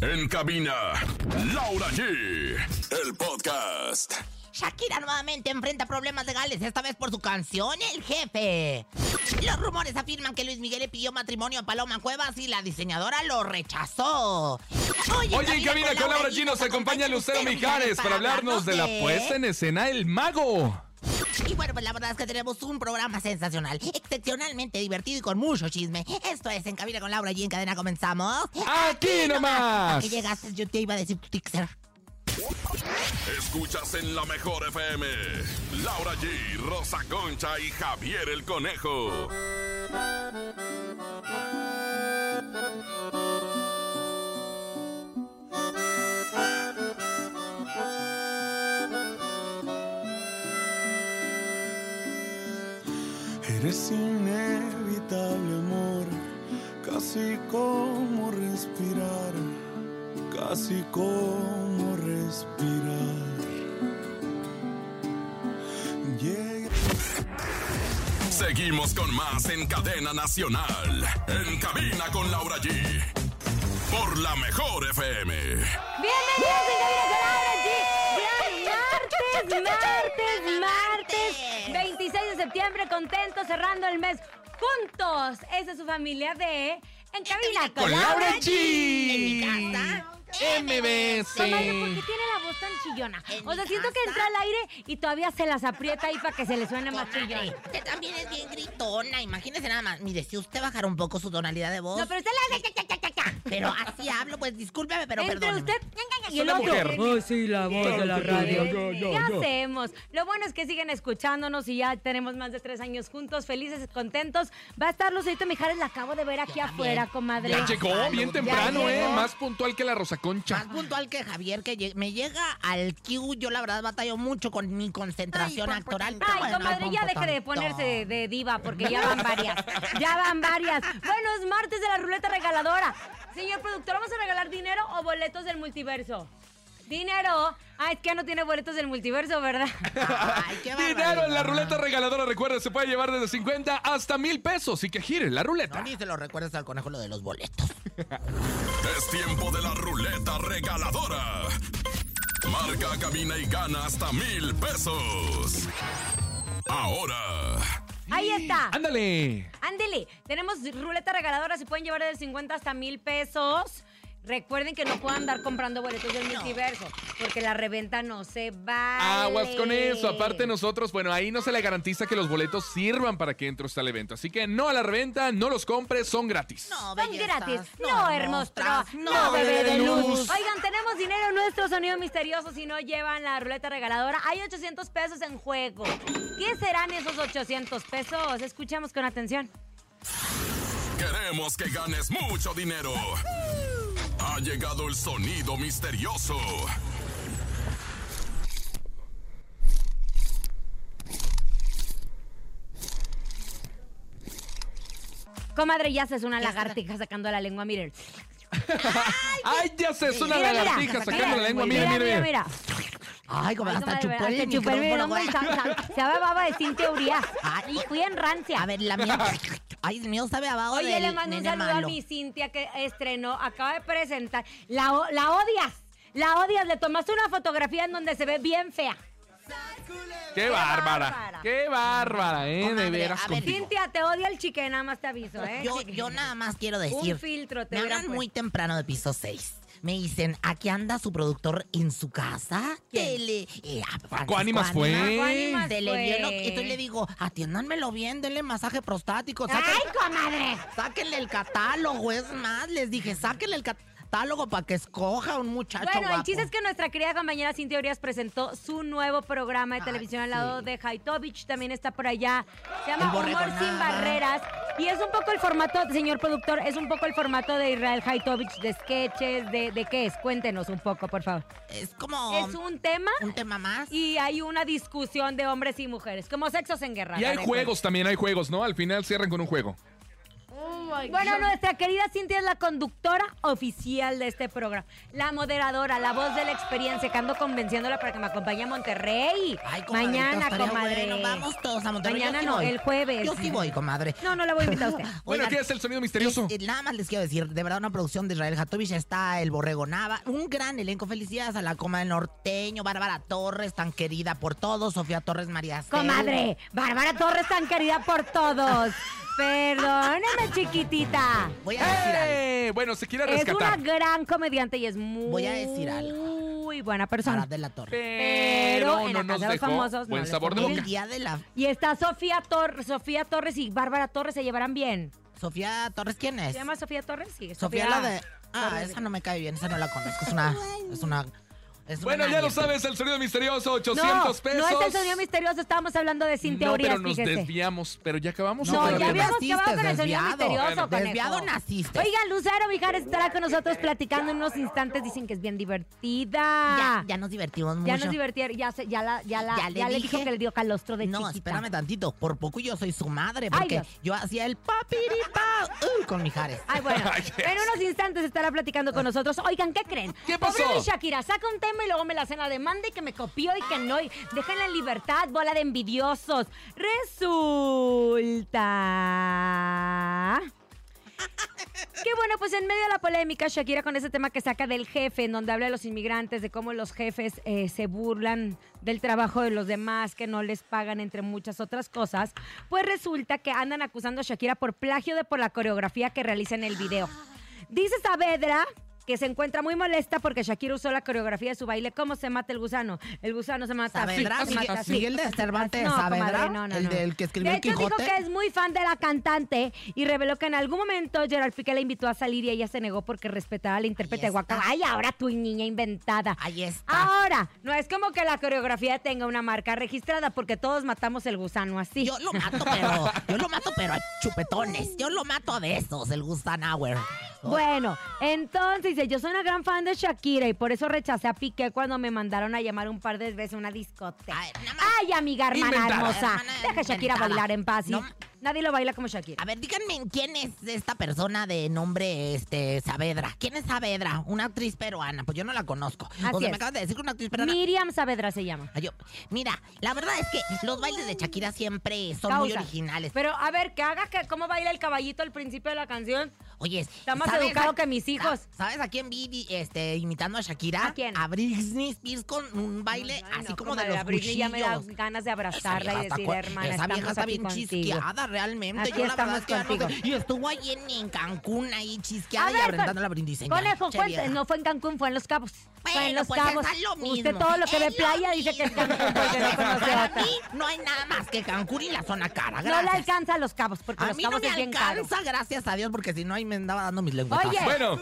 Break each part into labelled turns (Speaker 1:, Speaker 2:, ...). Speaker 1: En cabina, Laura G. El podcast.
Speaker 2: Shakira nuevamente enfrenta problemas legales, esta vez por su canción El Jefe. Los rumores afirman que Luis Miguel le pidió matrimonio a Paloma Cuevas y la diseñadora lo rechazó.
Speaker 3: Oye, en cabina con Laura G nos acompaña Lucero Mijares para hablarnos de la puesta en escena El Mago.
Speaker 2: Y bueno, pues la verdad es que tenemos un programa sensacional, excepcionalmente divertido y con mucho chisme. Esto es En Cabina con Laura G. En cadena comenzamos.
Speaker 3: ¡Aquí nomás!
Speaker 2: Que llegaste, yo te iba a decir tu tixer.
Speaker 1: Escuchas en la mejor FM. Laura G, Rosa Concha y Javier el Conejo.
Speaker 4: Eres inevitable amor, casi como respirar, casi como respirar. Llega-
Speaker 1: Seguimos con más en cadena nacional. En cabina con Laura G. Por la mejor FM.
Speaker 5: Bienvenidos en Cabina con Laura G. Gran martes, martes, martes. 26 de septiembre, contentos, cerrando el mes juntos. Esa es su familia de En Cabina Este con Laura G.
Speaker 2: En mi casa.
Speaker 5: Comadre, ¿por
Speaker 3: MBC.
Speaker 5: qué tiene la voz tan chillona?
Speaker 2: En
Speaker 5: O sea,
Speaker 2: mi
Speaker 5: siento que
Speaker 2: casa.
Speaker 5: entra al aire y todavía se las aprieta ahí para que se le suene más
Speaker 2: Comadre,
Speaker 5: chillón.
Speaker 2: Usted también es bien gritona, imagínese nada más. Mire, si usted bajara un poco su tonalidad de voz.
Speaker 5: No, pero usted le hace cha, cha, cha, cha, cha.
Speaker 2: Pero así hablo, pues discúlpeme, pero
Speaker 5: Entre
Speaker 2: perdóneme.
Speaker 5: usted y el
Speaker 3: Soy
Speaker 5: otro.
Speaker 3: mujer.
Speaker 6: Ay, sí, la voz de la radio. Yo, yo,
Speaker 5: ¿Qué
Speaker 6: yo.
Speaker 5: hacemos? Lo bueno es que siguen escuchándonos y ya tenemos más de tres años juntos, felices, contentos. Va a estar Lucerito Mijares, la acabo de ver aquí afuera, comadre.
Speaker 3: Ya llegó bien temprano,
Speaker 5: Ya
Speaker 3: ¿eh?
Speaker 5: llegó.
Speaker 3: Más puntual que la Rosa Concha.
Speaker 2: Más puntual que Javier, que lle- me llega al Q. Yo, la verdad, batallo mucho con mi concentración actoral. pero
Speaker 5: Ay,
Speaker 2: bueno,
Speaker 5: comadre,
Speaker 2: pon,
Speaker 5: ya
Speaker 2: pon,
Speaker 5: deje de
Speaker 2: pon,
Speaker 5: ponerse
Speaker 2: pon.
Speaker 5: de, de diva porque ya van varias. Ya van varias. Bueno, es martes de la ruleta regaladora. Señor productor, ¿vamos a regalar dinero o boletos del multiverso? Dinero. Ah, es que no tiene boletos del multiverso, ¿verdad?
Speaker 2: Ay, qué
Speaker 3: Dinero en la
Speaker 2: barbaridad.
Speaker 3: ruleta regaladora, recuerda, se puede llevar desde 50 hasta mil pesos y que gire la
Speaker 2: No,
Speaker 3: ruleta.
Speaker 2: ni se lo recuerdes al conejo lo de los boletos.
Speaker 1: Es tiempo de la ruleta regaladora. Marca, cabina y gana hasta mil pesos. Ahora,
Speaker 5: Ahí está.
Speaker 3: Ándale.
Speaker 5: Ándele, tenemos ruleta regaladora, se pueden llevar del 50 hasta mil pesos. Recuerden que no puedan andar comprando boletos del multiverso, porque la reventa no se va.
Speaker 3: Aguas con eso. Aparte nosotros, bueno, ahí no se le garantiza que los boletos sirvan para que entres al evento. Así que no a la reventa, no los compres, son gratis.
Speaker 2: No,
Speaker 5: Son
Speaker 2: bellezas,
Speaker 5: gratis, no hermostro,
Speaker 2: hermostras,
Speaker 5: no bebé de luz.
Speaker 2: Ay,
Speaker 5: Oigan, tenemos dinero en nuestro sonido misterioso si no llevan la ruleta regaladora. Hay 800 pesos en juego. ¿Qué serán esos 800 pesos? Escuchamos con atención.
Speaker 1: queremos que ganes mucho dinero. Ha llegado el sonido misterioso.
Speaker 5: Comadre, ya se es una lagartija sacando la lengua, miren.
Speaker 3: Ay, ya se es una
Speaker 5: Mira, mira,
Speaker 3: lagartija sacando
Speaker 5: mira,
Speaker 3: la lengua.
Speaker 5: mira,
Speaker 3: Mira, mira, mira.
Speaker 5: mira.
Speaker 2: Ay, como
Speaker 5: Ay,
Speaker 2: hasta
Speaker 5: comadre,
Speaker 2: chupó
Speaker 5: hasta
Speaker 2: el
Speaker 5: chupó el
Speaker 2: micrófono.
Speaker 5: micrófono,
Speaker 2: güey.
Speaker 5: sa- sa- Se va baba de Cintia Urias.
Speaker 2: Ay.
Speaker 5: Y cuida en rancia.
Speaker 2: A ver, la mía. Ay, el mío sabe abajo
Speaker 5: Oye,
Speaker 2: del
Speaker 5: le mando un
Speaker 2: nene
Speaker 5: saludo
Speaker 2: malo.
Speaker 5: a mi Cintia que estrenó, acaba de presentar. La, o- la odias, la odias. Le tomaste una fotografía en donde se ve bien fea.
Speaker 3: Qué bárbara. Qué bárbara, ¿eh? De
Speaker 2: Comadre,
Speaker 3: veras
Speaker 2: a ver,
Speaker 3: contigo.
Speaker 5: Cintia, te odia el chique, nada más te aviso, ¿eh?
Speaker 2: Yo,
Speaker 5: Chique.
Speaker 2: yo nada más quiero decir.
Speaker 5: Un filtro te pues.
Speaker 2: me
Speaker 5: hubieran
Speaker 2: hablan muy temprano de piso 6. Me dicen, ¿aquí anda su productor en su casa?
Speaker 5: ¿Quién?
Speaker 2: Tele. eh, a Francisco
Speaker 3: Cuánimas
Speaker 2: Ánimas.
Speaker 3: fue.
Speaker 5: Cuánimas
Speaker 2: Se le vio lo-
Speaker 5: fue.
Speaker 2: Entonces le digo, atiéndanmelo bien, denle masaje prostático.
Speaker 5: ¡Ay,
Speaker 2: Saquen,
Speaker 5: comadre!
Speaker 2: sáquenle el catálogo, es más. Les dije, sáquenle el catálogo para que escoja un muchacho
Speaker 5: Bueno, el
Speaker 2: guapo".
Speaker 5: chiste es que nuestra querida compañera Cintia Urias presentó su nuevo programa de
Speaker 2: Ay,
Speaker 5: televisión al
Speaker 2: Ah, sí.
Speaker 5: lado de Haitovich. También está por allá. Se llama
Speaker 2: El
Speaker 5: Humor
Speaker 2: Borregonada.
Speaker 5: sin Barreras. Y es un poco el formato, señor productor, es un poco el formato de Israel Haitovich, de sketches, de, de qué es. Cuéntenos un poco, por favor.
Speaker 2: Es como
Speaker 5: Es un tema
Speaker 2: Oh, un tema más.
Speaker 5: y hay una discusión de hombres y mujeres, como sexos en guerra.
Speaker 3: Y hay
Speaker 5: ¿no?
Speaker 3: juegos también, hay juegos, ¿no? Al final cierran con un juego.
Speaker 7: voy.
Speaker 5: Bueno, nuestra querida Cintia es la conductora oficial de este programa, la moderadora, la voz de la experiencia, que ando convenciéndola para que me acompañe a Monterrey.
Speaker 2: Ay, comadre,
Speaker 5: Mañana,
Speaker 2: estaría
Speaker 5: comadre.
Speaker 2: Bueno, vamos todos a Monterrey. Yo
Speaker 5: Mañana
Speaker 2: sí
Speaker 5: no,
Speaker 2: voy.
Speaker 5: el jueves.
Speaker 2: Yo sí voy, comadre.
Speaker 5: No, no la voy a invitar a usted.
Speaker 3: Bueno,
Speaker 2: Oigan,
Speaker 3: ¿qué es el sonido misterioso?
Speaker 2: Eh, eh, nada más les quiero decir, de verdad, una producción de Israel Jatovich está El Borrego Nava, un gran elenco. Felicidades a la coma del norteño, Bárbara Torres, tan querida por todos, Sofía Torres María. Cel.
Speaker 5: Comadre, Bárbara Torres tan querida por todos. Perdóname, chiquitita.
Speaker 2: Voy a decir algo.
Speaker 3: ¡Eh! Bueno, se quiere
Speaker 5: Es una
Speaker 3: rescatar.
Speaker 5: gran comediante y es muy,
Speaker 2: Voy a decir algo.
Speaker 5: muy buena
Speaker 2: Sara
Speaker 5: persona.
Speaker 2: de la Torre.
Speaker 5: Pero
Speaker 3: Pero
Speaker 5: en
Speaker 3: no
Speaker 5: la
Speaker 3: nos
Speaker 5: Casa de los
Speaker 3: dejó
Speaker 5: Famosos
Speaker 3: buen
Speaker 5: no les
Speaker 3: sabor de
Speaker 5: conviene.
Speaker 2: El
Speaker 3: boca.
Speaker 2: día de la...
Speaker 5: Y está Sofía, Tor- Sofía Torres y Bárbara Torres, se llevarán bien.
Speaker 2: Sofía Torres, ¿quién es?
Speaker 5: ¿Se llama Sofía Torres? Sí,
Speaker 2: Sofía la de... Ah,
Speaker 5: Torres.
Speaker 2: esa no me cae bien, esa no la conozco. Es una... Es una... es una
Speaker 3: Bueno, ya lo
Speaker 2: nadie.
Speaker 3: sabes, el sonido misterioso,
Speaker 5: No,
Speaker 3: 800 pesos.
Speaker 5: no es el sonido misterioso, estábamos hablando de sin
Speaker 3: No,
Speaker 5: teorías,
Speaker 3: pero nos
Speaker 5: fíjese.
Speaker 3: desviamos, pero ya acabamos.
Speaker 5: No,
Speaker 3: con
Speaker 5: ya
Speaker 3: el tema.
Speaker 5: habíamos
Speaker 2: naciste,
Speaker 5: acabado con el sonido
Speaker 2: desviado.
Speaker 5: misterioso,
Speaker 3: Bueno,
Speaker 5: conejo.
Speaker 2: desviado naciste.
Speaker 5: Oigan, Lucero Mijares estará con nosotros platicando en unos instantes. Dicen que es bien divertida.
Speaker 2: Ya, ya nos divertimos mucho.
Speaker 5: Ya nos divertieron, ya, se- ya, la, ya, la,
Speaker 2: Ya
Speaker 5: ya,
Speaker 2: le
Speaker 5: le, dijo
Speaker 2: dije-
Speaker 5: que le dio calostro de
Speaker 2: no,
Speaker 5: chiquita.
Speaker 2: espérame tantito. Por poco yo soy su madre, porque
Speaker 5: Dios. Ah,
Speaker 2: yo hacía el papiripao uh, con Mijares.
Speaker 5: Ay, bueno, en unos instantes estará platicando con nosotros. Oigan, ¿qué creen?
Speaker 3: ¿Qué pasó?
Speaker 5: Pobre de Shakira, saca un tema y luego me la hacen la demanda y que me copió y que no. y Déjenla en libertad, bola de envidiosos. Resulta... Qué bueno, pues en medio de la polémica, Shakira con ese tema que saca del jefe, en donde habla de los inmigrantes, de cómo los jefes eh, se burlan del trabajo de los demás, que no les pagan, entre muchas otras cosas, pues resulta que andan acusando a Shakira por plagio de por la coreografía que realiza en el video. Dice Saavedra que se encuentra muy molesta porque Shakira usó la coreografía de su baile ¿Cómo se mata el gusano? El gusano se mata así,
Speaker 2: Saavedra,
Speaker 5: se
Speaker 2: Miguel-
Speaker 5: mata así.
Speaker 2: Miguel de Cervantes, Saavedra, el del que escribió
Speaker 5: De
Speaker 2: el
Speaker 5: hecho,
Speaker 2: Quijote.
Speaker 5: dijo que es muy fan de la cantante y reveló que en algún momento Gerard Piqué la invitó a salir y ella se negó porque respetaba a la intérprete
Speaker 2: Ahí
Speaker 5: de
Speaker 2: está.
Speaker 5: Guacamaya. Ay, ahora tu niña inventada.
Speaker 2: Ahí está.
Speaker 5: Ahora, no es como que la coreografía tenga una marca registrada porque todos matamos el gusano así.
Speaker 2: Yo lo mato, pero. Yo lo mato, pero a chupetones. Yo lo mato de esos, el Gustanauer.
Speaker 5: Bueno, entonces dice, yo soy una gran fan de Shakira y por eso rechacé a Piqué cuando me mandaron a llamar un par de veces a una discoteca.
Speaker 2: Ay, nada más.
Speaker 5: Ay, amiga hermana
Speaker 3: Inventada.
Speaker 5: hermosa,
Speaker 2: Hermana
Speaker 5: deja a Shakira
Speaker 2: inventada.
Speaker 5: bailar en paz. y
Speaker 2: No.
Speaker 5: Nadie lo baila como Shakira.
Speaker 2: A ver, díganme quién es esta persona de nombre este Saavedra. ¿Quién es Saavedra? Una actriz peruana. Pues yo no la conozco.
Speaker 5: Así
Speaker 2: o sea,
Speaker 5: es.
Speaker 2: me acabas de decir que una actriz peruana.
Speaker 5: Miriam Saavedra se llama.
Speaker 2: Ay, yo- mira, la verdad es que los bailes de Shakira siempre son muy
Speaker 5: Causa.
Speaker 2: originales.
Speaker 5: Pero a ver, que haga que cómo baila el caballito al principio de la canción.
Speaker 2: Oye,
Speaker 5: Está más
Speaker 2: ¿sabes
Speaker 5: educado
Speaker 2: a-
Speaker 5: que mis hijos.
Speaker 2: sa- ¿Sabes a quién vi di- este, imitando a Shakira?
Speaker 5: ¿A quién?
Speaker 2: Britney Spears con un baile
Speaker 5: Ay,
Speaker 2: así
Speaker 5: no,
Speaker 2: como
Speaker 5: comadre,
Speaker 2: de
Speaker 5: la
Speaker 2: los
Speaker 5: Britney ya me da
Speaker 2: cuchillos.
Speaker 5: ganas de
Speaker 2: Esa
Speaker 5: abrazarla
Speaker 2: vieja
Speaker 5: y
Speaker 2: está
Speaker 5: decir,
Speaker 2: cu-
Speaker 5: hermana,
Speaker 2: esa
Speaker 5: estamos
Speaker 2: vieja está
Speaker 5: aquí
Speaker 2: bien
Speaker 5: contigo".
Speaker 2: chisqueada realmente.
Speaker 5: Aquí
Speaker 2: Yo la verdad
Speaker 5: estamos
Speaker 2: es que ya no
Speaker 5: contigo. pues,
Speaker 2: sé. Y estuvo ahí en, en Cancún, ahí chisqueada y
Speaker 5: con-
Speaker 2: aventándola a Britney. señora.
Speaker 5: Conejo,
Speaker 2: Che,
Speaker 5: cuente-
Speaker 2: vieja.
Speaker 5: No fue en Cancún, fue en Los Cabos. fue en
Speaker 2: Bueno,
Speaker 5: Los
Speaker 2: pues,
Speaker 5: Cabos.
Speaker 2: es lo mismo.
Speaker 5: Usted todo lo que
Speaker 2: Es
Speaker 5: ve
Speaker 2: lo
Speaker 5: playa dice que es
Speaker 2: mismo.
Speaker 5: Cancún porque no conoce
Speaker 2: Para
Speaker 5: otra.
Speaker 2: mí no hay nada más que Cancún y la zona cara.
Speaker 5: No le
Speaker 2: Gracias.
Speaker 5: alcanza a Los Cabos porque
Speaker 2: a
Speaker 5: Los
Speaker 2: mí no
Speaker 5: Cabos
Speaker 2: me
Speaker 5: es bien caro.
Speaker 2: alcanza, gracias a Dios, porque si no ahí me andaba dando mis lenguas.
Speaker 5: Oye,
Speaker 3: Bueno,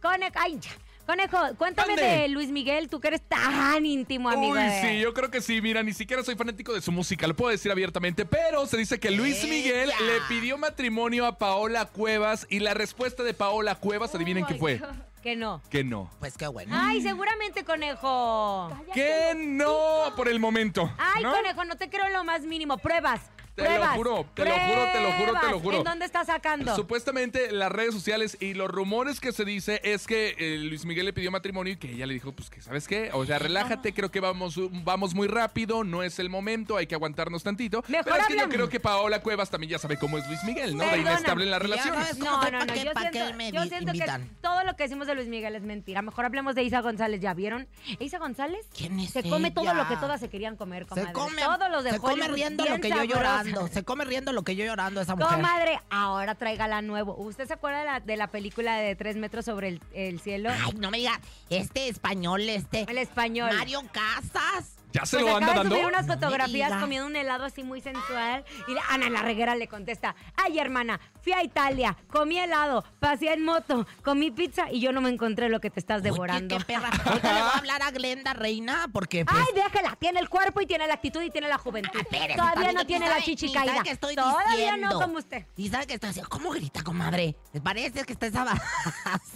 Speaker 5: Conejo, ay, ya. Conejo, cuéntame
Speaker 3: Ande.
Speaker 5: de Luis Miguel, tú que eres tan íntimo, amigo.
Speaker 3: uy,
Speaker 5: de-
Speaker 3: sí, yo creo que sí. Mira, ni siquiera soy fanático de su música, lo puedo decir abiertamente, pero se dice que Luis Miguel
Speaker 2: Ella.
Speaker 3: le pidió matrimonio a Paola Cuevas y la respuesta de Paola Cuevas, adivinen qué fue.
Speaker 5: Que no.
Speaker 3: Que no.
Speaker 2: Pues qué bueno.
Speaker 5: Ay, seguramente, conejo.
Speaker 3: Que no por el momento.
Speaker 5: Ay,
Speaker 3: ¿no?
Speaker 5: conejo, no te creo en lo más mínimo. Pruebas.
Speaker 3: Te lo
Speaker 5: pruebas,
Speaker 3: juro, te lo juro, te lo juro, te lo
Speaker 5: pruebas.
Speaker 3: juro.
Speaker 5: ¿En dónde estás sacando?
Speaker 3: Supuestamente las redes sociales y los rumores que se dice es que eh, Luis Miguel le pidió matrimonio y que ella le dijo, pues que sabes qué, o sea, relájate, creo que vamos, vamos muy rápido, no es el momento, hay que aguantarnos tantito.
Speaker 5: Mejor
Speaker 3: Pero es que yo
Speaker 5: háblame.
Speaker 3: creo que Paola Cuevas también ya sabe cómo es Luis Miguel, ¿no? De
Speaker 5: Perdóname.
Speaker 3: inestable en las
Speaker 2: Ya
Speaker 3: relaciones.
Speaker 2: sabes.
Speaker 5: No,
Speaker 2: ¿Para
Speaker 5: no, no.
Speaker 2: qué-
Speaker 5: Yo
Speaker 2: para qué
Speaker 5: siento,
Speaker 2: me
Speaker 5: yo
Speaker 2: di-
Speaker 5: siento que
Speaker 2: invitan?
Speaker 5: todo lo que decimos de Luis Miguel es mentira. Mejor hablemos de Isa González. ¿Ya vieron? Isa González
Speaker 2: ¿Quién es
Speaker 5: se come todo
Speaker 2: ella?
Speaker 5: lo que todas se querían comer, comadre.
Speaker 2: se come,
Speaker 5: Todos los de
Speaker 2: se come
Speaker 5: Hollywood
Speaker 2: riendo
Speaker 5: bien
Speaker 2: lo que yo
Speaker 5: sabrosas.
Speaker 2: llorando. Se come riendo lo que yo llorando esa mujer.
Speaker 5: Comadre, ahora tráigala nuevo. ¿Usted se acuerda de la, de la película de Tres metros sobre el, el cielo?
Speaker 2: Ay, no me digas, este español, este.
Speaker 5: El español.
Speaker 2: Mario Casas.
Speaker 3: Ya se
Speaker 5: Pues
Speaker 3: lo anda
Speaker 5: acaba de
Speaker 3: dando.
Speaker 5: subir unas
Speaker 2: No me
Speaker 5: fotografías
Speaker 2: digas.
Speaker 5: comiendo un helado así muy sensual y la- Ana la reguera le contesta, ay hermana, fui a Italia, comí helado, pasé en moto, comí pizza y yo no me encontré lo que te estás devorando.
Speaker 2: Oye, qué perra. Ahorita le voy a hablar a Glenda Reina porque pues.
Speaker 5: Ay, déjela, tiene el cuerpo y tiene la actitud y tiene la juventud.
Speaker 2: espérese,
Speaker 5: Todavía
Speaker 2: tantito,
Speaker 5: no
Speaker 2: ni
Speaker 5: tiene la
Speaker 2: sabe-
Speaker 5: chichi
Speaker 2: ni sabe
Speaker 5: caída.
Speaker 2: qué estoy
Speaker 5: Todavía no
Speaker 2: diciendo.
Speaker 5: como usted.
Speaker 2: Ni sabe que estoy haciendo. ¿Cómo grita, comadre? Me parece que está esa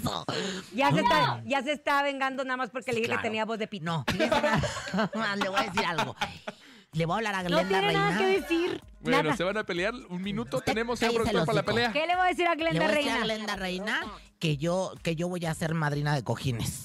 Speaker 2: bajazo.
Speaker 5: Ya, se está, ya se está vengando nada más porque le dije
Speaker 2: Claro.
Speaker 5: que tenía voz de pito.
Speaker 2: No, fíjese nada más, le voy a decir algo. Le voy a hablar a
Speaker 5: No
Speaker 2: Glenda
Speaker 5: tiene
Speaker 2: Reina.
Speaker 5: nada que decir.
Speaker 3: Bueno,
Speaker 5: nada.
Speaker 3: se van a pelear un minuto. Tenemos ya
Speaker 2: cállese
Speaker 3: productor
Speaker 2: el
Speaker 3: para la
Speaker 2: hocico.
Speaker 3: pelea.
Speaker 5: ¿Qué le voy a decir a
Speaker 2: Le
Speaker 5: Glenda
Speaker 2: voy a decir
Speaker 5: Reina?
Speaker 2: a Glenda Reina que yo, que yo voy a ser madrina de cojines.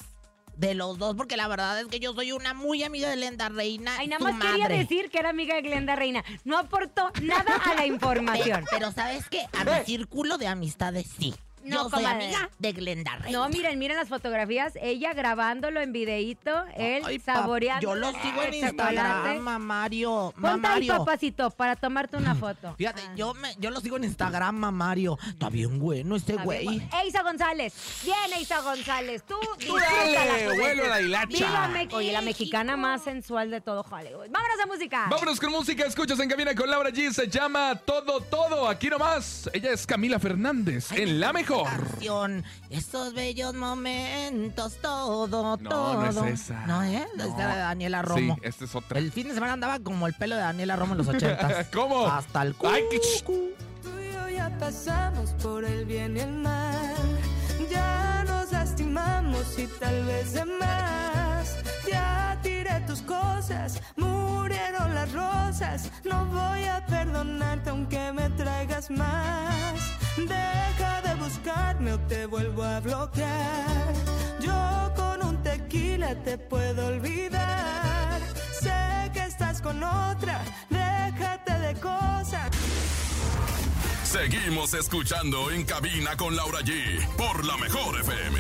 Speaker 2: De los dos, porque la verdad es que yo soy una muy amiga de Glenda Reina.
Speaker 5: Ay, nada
Speaker 2: su
Speaker 5: más quería
Speaker 2: madre.
Speaker 5: decir que era amiga de Glenda Reina. No aportó nada a la información.
Speaker 2: Pe- Pero ¿sabes qué? A mi círculo de amistades sí.
Speaker 5: No,
Speaker 2: yo soy
Speaker 5: comadre.
Speaker 2: amiga de Glenda Reina.
Speaker 5: No, miren, miren las fotografías. Ella grabándolo en videíto, él
Speaker 2: Ay, pap-
Speaker 5: saboreando.
Speaker 2: Yo lo
Speaker 5: el
Speaker 2: sigo en
Speaker 5: chocolate.
Speaker 2: Instagram, mamario.
Speaker 5: Ponte ahí,
Speaker 2: Mamario.
Speaker 5: papacito, para tomarte una foto.
Speaker 2: Fíjate,
Speaker 5: Ah.
Speaker 2: yo, me, yo lo sigo en Instagram, mamario. Está bien bueno este
Speaker 5: Está bien,
Speaker 2: güey.
Speaker 5: guapo. Eiza González. Bien, Eiza González. Tú, tú
Speaker 3: ¡Dale! ¡Vuelo a la
Speaker 5: Viva
Speaker 3: hilacha!
Speaker 5: México. Oye, la mexicana más sensual de todo Hollywood. Vámonos a música.
Speaker 3: Vámonos con música. Escuchas en cabina con Laura G. Se llama Todo Todo. Aquí nomás. Ella es Camila Fernández en La Mejor.
Speaker 2: Canción. Estos bellos momentos, todo,
Speaker 3: No,
Speaker 2: todo.
Speaker 3: no es esa.
Speaker 2: No, ¿eh?
Speaker 3: No.
Speaker 2: Esta de Daniela
Speaker 3: Sí, eh,
Speaker 2: Romo.
Speaker 3: esta es otra.
Speaker 2: El fin de semana andaba como el pelo de Daniela Romo en los ochentas.
Speaker 3: ¿Cómo?
Speaker 2: Hasta el cu.
Speaker 3: Ay, qué ch-
Speaker 7: Tú y yo ya pasamos por el bien y el mal. Ya nos lastimamos y tal vez de más. Ya tiré tus cosas, murieron las rosas. No voy a perdonarte aunque me traigas más. Deja de buscarme o te vuelvo a bloquear. Yo con un tequila te puedo olvidar. Sé que estás con otra, déjate de cosas.
Speaker 1: Seguimos escuchando en cabina con Laura G por la mejor FM.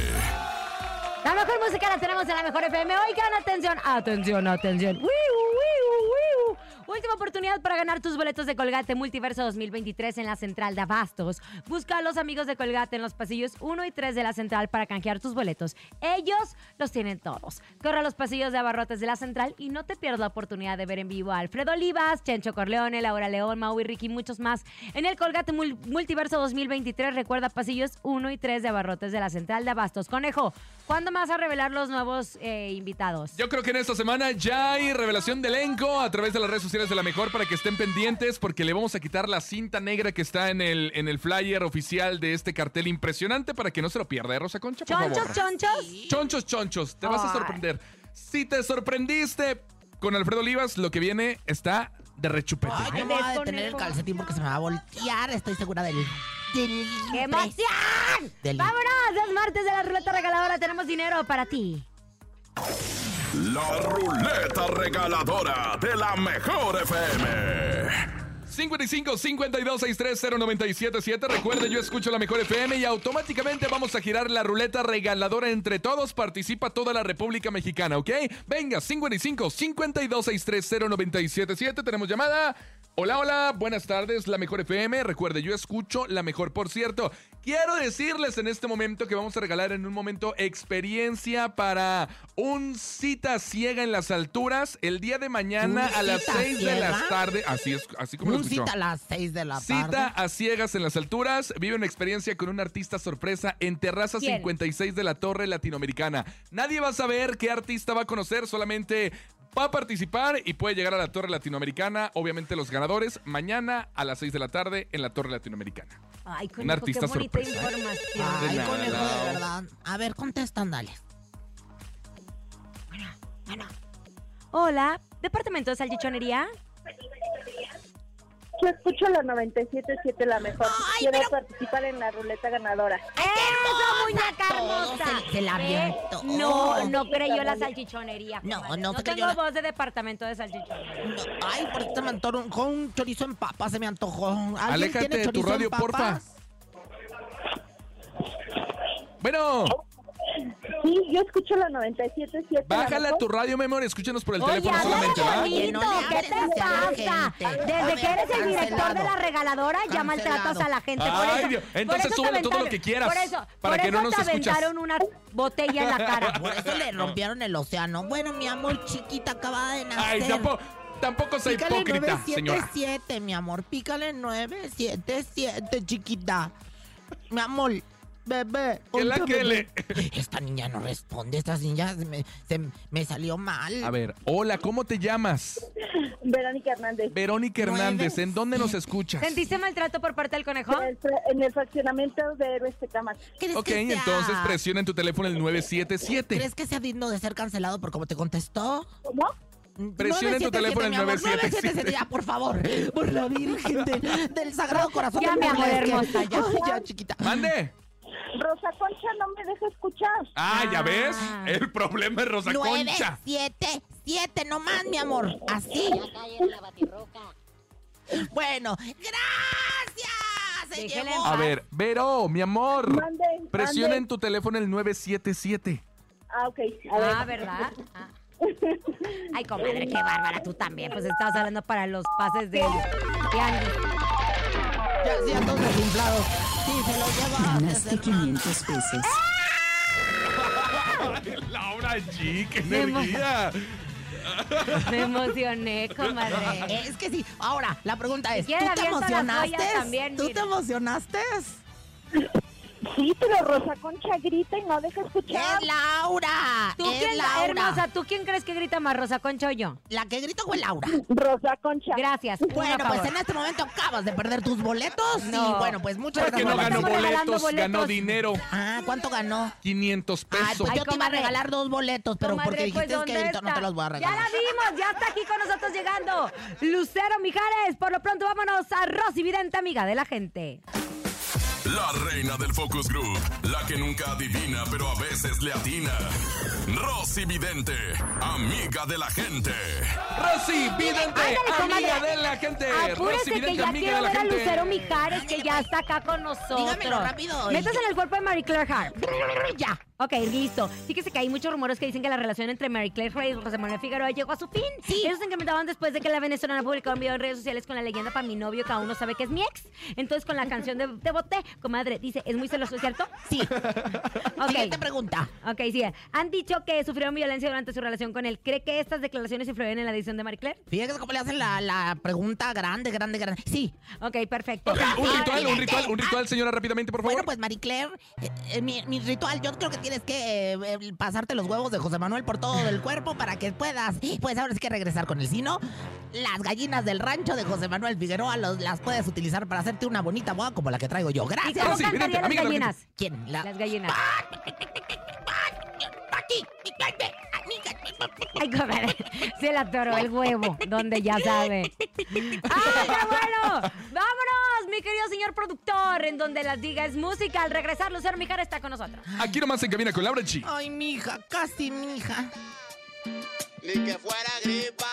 Speaker 5: La mejor música la tenemos en la mejor FM. Oigan, atención, atención, atención. Uiu, uiu, uiu. Última oportunidad para ganar tus boletos de Colgate Multiverso 2023 en la central de Abastos. Busca a los amigos de Colgate en los pasillos 1 y 3 de la central para canjear tus boletos. Ellos los tienen todos. Corre a los pasillos de abarrotes de la central y no te pierdas la oportunidad de ver en vivo a Alfredo Olivas, Chencho Corleone, Laura León, Mau y Ricky y muchos más. En el Colgate Mul- Multiverso 2023 recuerda pasillos 1 y 3 de abarrotes de la central de Abastos. Conejo, ¿cuándo más a revelar los nuevos eh, invitados?
Speaker 3: Yo creo que en esta semana ya hay revelación de elenco a través de las redes sociales de la mejor para que estén pendientes porque le vamos a quitar la cinta negra que está en el, en el flyer oficial de este cartel impresionante para que no se lo pierda, ¿eh, Rosa Concha, por favor.
Speaker 5: ¿Chonchos, chonchos?
Speaker 3: Chonchos, chonchos, te vas a
Speaker 5: Ay.
Speaker 3: sorprender. Si te sorprendiste con Alfredo Olivas, lo que viene está de rechupete.
Speaker 2: Ay, yo me voy a
Speaker 5: Desconejo.
Speaker 2: detener el calcetín porque se me va a voltear. Estoy segura del. del
Speaker 5: ¡Qué emoción!
Speaker 2: Del-
Speaker 5: ¡Vámonos! Es martes de la ruleta regaladora. Tenemos dinero para ti.
Speaker 1: La ruleta regaladora de la mejor FM.
Speaker 3: 55 52 63 0977. Recuerde, yo escucho la mejor FM y automáticamente vamos a girar la ruleta regaladora entre todos. Participa toda la República Mexicana, ¿ok? Venga, 55 52 63 0977. Tenemos llamada. Hola, hola, buenas tardes, la mejor FM. Recuerde, yo escucho la mejor. Por cierto, quiero decirles en este momento que vamos a regalar en un momento experiencia para un cita ciega en las alturas el día de mañana
Speaker 2: ¿Un
Speaker 3: a las
Speaker 2: cita
Speaker 3: 6 de la
Speaker 2: ciega?
Speaker 3: tarde. Así es, así como lo
Speaker 2: Un
Speaker 3: escuchó.
Speaker 2: cita a las 6 de la
Speaker 3: Cita
Speaker 2: tarde.
Speaker 3: a ciegas en las alturas. Vive una experiencia con un artista sorpresa en Terraza
Speaker 5: ¿Quién?
Speaker 3: 56 de la Torre Latinoamericana. Nadie va a saber qué artista va a conocer, solamente va a participar y puede llegar a la Torre Latinoamericana. Obviamente los ganadores mañana a las 6 de la tarde en la Torre Latinoamericana.
Speaker 5: Ay, conejo,
Speaker 3: Un artista
Speaker 5: qué bonita
Speaker 3: sorpresa. ¿eh?
Speaker 5: información.
Speaker 2: Ay,
Speaker 3: nada.
Speaker 2: conejo, de verdad. A ver, contestan, dale.
Speaker 5: Hola, departamento de salchichonería.
Speaker 8: Yo escucho la 97.7 la mejor.
Speaker 2: Ay,
Speaker 8: Quiero
Speaker 2: pero-
Speaker 8: participar en la ruleta ganadora.
Speaker 5: ¡Eso, muñeca hermosa!
Speaker 2: Se- se la
Speaker 5: Ve,
Speaker 2: avientó.
Speaker 5: No, no creyó la salchichonería.
Speaker 2: No,
Speaker 5: comadre.
Speaker 2: no
Speaker 5: No
Speaker 2: creyó
Speaker 5: tengo
Speaker 2: la-
Speaker 5: voz de departamento de salchichonería.
Speaker 2: No, Ay, por qué se me antojó un, con un chorizo en papa, se me antojó. ¿Alguien
Speaker 3: Aléjate
Speaker 2: tiene
Speaker 3: de tu
Speaker 2: chorizo en
Speaker 3: radio, porfa.
Speaker 2: papas?
Speaker 3: Bueno,
Speaker 8: Sí, yo escucho la 97.7 la
Speaker 3: bájala
Speaker 8: mejor.
Speaker 3: tu radio, memoria. Escúchanos por el
Speaker 5: Oye,
Speaker 3: teléfono
Speaker 5: háblale
Speaker 3: solamente, ¿va?
Speaker 2: Oye,
Speaker 5: bonito,
Speaker 2: no le
Speaker 5: ¿qué
Speaker 2: hables
Speaker 5: te
Speaker 2: así a la
Speaker 5: pasa?
Speaker 2: gente. A
Speaker 5: Desde
Speaker 2: ver,
Speaker 5: que eres el director de
Speaker 2: cancelado.
Speaker 5: la regaladora, ya maltratas a la gente. Por
Speaker 3: Ay,
Speaker 5: eso,
Speaker 3: Dios.
Speaker 5: por
Speaker 3: Entonces
Speaker 5: eso te
Speaker 3: súbele todo lo
Speaker 5: aventaron-
Speaker 3: que quieras,
Speaker 5: Por eso,
Speaker 3: para
Speaker 5: por
Speaker 3: que no
Speaker 5: eso
Speaker 3: nos
Speaker 5: te
Speaker 3: escuchas.
Speaker 5: aventaron una botella en la cara.
Speaker 2: Por eso le rompieron el océano. Bueno, mi amor, chiquita, acabada de nacer.
Speaker 3: Ay, tampoco, tampoco sea
Speaker 2: Pícale
Speaker 3: hipócrita, señora.
Speaker 2: 977, mi amor. Pícale 977, chiquita. Mi amor, bebé.
Speaker 3: Que la
Speaker 2: ponte
Speaker 3: que
Speaker 2: bebé. Esta niña no responde. Esta niña se me, se me salió mal.
Speaker 3: A ver, hola, ¿cómo te llamas?
Speaker 8: Verónica Hernández.
Speaker 3: Verónica Hernández,
Speaker 2: Nueve.
Speaker 3: ¿en dónde nos escuchas?
Speaker 5: ¿Sentiste maltrato por parte del conejo?
Speaker 8: En el, fra- en el fraccionamiento de Héroes Tecamac.
Speaker 2: ¿Crees
Speaker 3: Ok,
Speaker 2: que sea-
Speaker 3: entonces presiona en tu teléfono el 977.
Speaker 2: ¿Crees que sea digno de ser cancelado por cómo te contestó?
Speaker 8: ¿Cómo?
Speaker 3: Presiona en tu teléfono el 977.
Speaker 2: 977, ya, por favor. Por la Virgen del, del Sagrado Corazón.
Speaker 5: Ya,
Speaker 2: de
Speaker 5: mi amor
Speaker 2: María, es que-
Speaker 5: hermosa, ya.
Speaker 2: Ay, ya, chiquita.
Speaker 3: ¡Mande!
Speaker 8: Rosa Concha no me deja escuchar.
Speaker 3: Ah, ya ves. El problema es Rosa Concha.
Speaker 2: 977, nomás, mi amor. Así. Bueno, gracias. Se
Speaker 5: Déjela
Speaker 2: llevó
Speaker 5: en
Speaker 3: A ver, Vero, mi amor.
Speaker 8: Mande,
Speaker 3: Presiona
Speaker 8: mande.
Speaker 3: en tu teléfono el 977.
Speaker 8: Ah, ok. A ver.
Speaker 5: Ah, ¿verdad? Ah. Ay, comadre, qué bárbara, tú también. Pues estabas hablando para los pases de Tianguis.
Speaker 2: Ya siendo desinflados. Sí, se lo lleva.
Speaker 9: Ganaste 500 pesos.
Speaker 3: Laura G, qué
Speaker 5: Me emo-
Speaker 3: energía.
Speaker 5: Me emocioné, comadre.
Speaker 2: Es que sí. Ahora, la pregunta es, ¿tú
Speaker 5: Si quiere,
Speaker 2: te
Speaker 5: avienta la
Speaker 2: emocionaste?
Speaker 5: joya también,
Speaker 2: ¿Tú
Speaker 5: mira.
Speaker 2: te emocionaste?
Speaker 8: Sí, pero Rosa Concha grita y no deja escuchar.
Speaker 2: ¡Es Laura!
Speaker 5: ¿Tú
Speaker 2: ¡Es
Speaker 5: quién,
Speaker 2: Laura!
Speaker 5: hermosa, ¿tú quién crees que grita más, Rosa Concha o yo?
Speaker 2: La que grito fue Laura.
Speaker 8: Rosa Concha.
Speaker 5: Gracias. uno
Speaker 2: Bueno,
Speaker 5: a
Speaker 2: pues
Speaker 5: favor.
Speaker 2: en este momento acabas de perder tus boletos.
Speaker 5: No.
Speaker 2: Y bueno, pues muchas
Speaker 3: Que
Speaker 2: gracias.
Speaker 3: no
Speaker 5: Estamos
Speaker 3: ganó
Speaker 5: regalando
Speaker 3: boletos, ganó
Speaker 5: boletos.
Speaker 3: dinero.
Speaker 2: Ah, ¿cuánto ganó?
Speaker 3: 500
Speaker 2: Ay,
Speaker 3: pesos.
Speaker 2: pues
Speaker 5: Ay,
Speaker 2: yo te iba a
Speaker 5: comadre.
Speaker 2: regalar dos boletos, pero
Speaker 5: Comadre,
Speaker 2: porque dijiste
Speaker 5: pues, ¿dónde
Speaker 2: que grito no
Speaker 5: está?
Speaker 2: te los voy a
Speaker 5: Ya la
Speaker 2: regalar.
Speaker 5: vimos, ya está aquí con nosotros llegando. Lucero Mijares, por lo pronto vámonos a Rosy Vidente, amiga de la gente.
Speaker 1: La reina del Focus Group, la que nunca adivina pero a veces le atina. Rosy Vidente, amiga de la gente.
Speaker 3: Rosy Vidente,
Speaker 5: Ándale, comadre.
Speaker 3: amiga de la gente. Rosy
Speaker 5: Apúrese que
Speaker 3: Vidente,
Speaker 5: ya
Speaker 3: amiga
Speaker 5: quiero
Speaker 3: de la
Speaker 5: ver a
Speaker 3: gente.
Speaker 5: Lucero Mijares, que ya está acá con nosotros.
Speaker 2: Dígamelo rápido.
Speaker 5: Métase en el cuerpo de Mary Claire Hart.
Speaker 2: Ya.
Speaker 5: Ok, listo. Fíjese que hay muchos rumores que dicen que la relación entre Mary Claire Hart y José Manuel Figueroa llegó a su fin.
Speaker 2: Sí.
Speaker 5: Ellos se incrementaban después de que la venezolana publicó un video en redes sociales con la leyenda para mi novio que aún no sabe que es mi ex. Entonces, con la canción de Te Boté, comadre, dice, es muy celoso, ¿cierto?
Speaker 2: Sí.
Speaker 5: Ok.
Speaker 2: Siguiente pregunta.
Speaker 5: Ok, sí. Han dicho que sufrieron violencia durante su relación con él. ¿Cree que estas declaraciones influyen en la decisión de Marie Claire?
Speaker 2: Fíjate cómo le hacen la, la pregunta grande, grande, grande. Sí.
Speaker 5: Ok, perfecto.
Speaker 3: Ok, un
Speaker 5: Ahora,
Speaker 3: ritual, un
Speaker 2: Vidente.
Speaker 3: ritual, un ritual, señora, rápidamente, por favor.
Speaker 2: Bueno, pues Marie Claire, eh, eh, mi, mi ritual, yo creo que tienes que eh, eh, pasarte los huevos de José Manuel por todo el cuerpo para que puedas, pues ahora sí que regresar con el sino. Las gallinas del rancho de José Manuel Figueroa los- las puedes utilizar para hacerte una bonita boda como la que traigo yo.
Speaker 5: ¿Y cómo
Speaker 3: Ah,
Speaker 2: Gracias.
Speaker 3: sí,
Speaker 5: cantarían
Speaker 3: vidente,
Speaker 5: las
Speaker 3: amiga de la
Speaker 5: gallinas?
Speaker 2: ¿Quién? La-
Speaker 5: Las gallinas.
Speaker 3: Ah.
Speaker 2: Aquí, mi gente, amiga.
Speaker 5: Ay, comadre, se la atoró el huevo, donde ya sabe. ¡Ay, qué bueno! ¡Vámonos, mi querido señor productor! En donde las diga es música. Al regresar, Lucero Mijar está con nosotros.
Speaker 3: Aquí nomás se encamina con Laura G.
Speaker 2: Ay, mija, casi mija.
Speaker 10: ni que fuera gripa.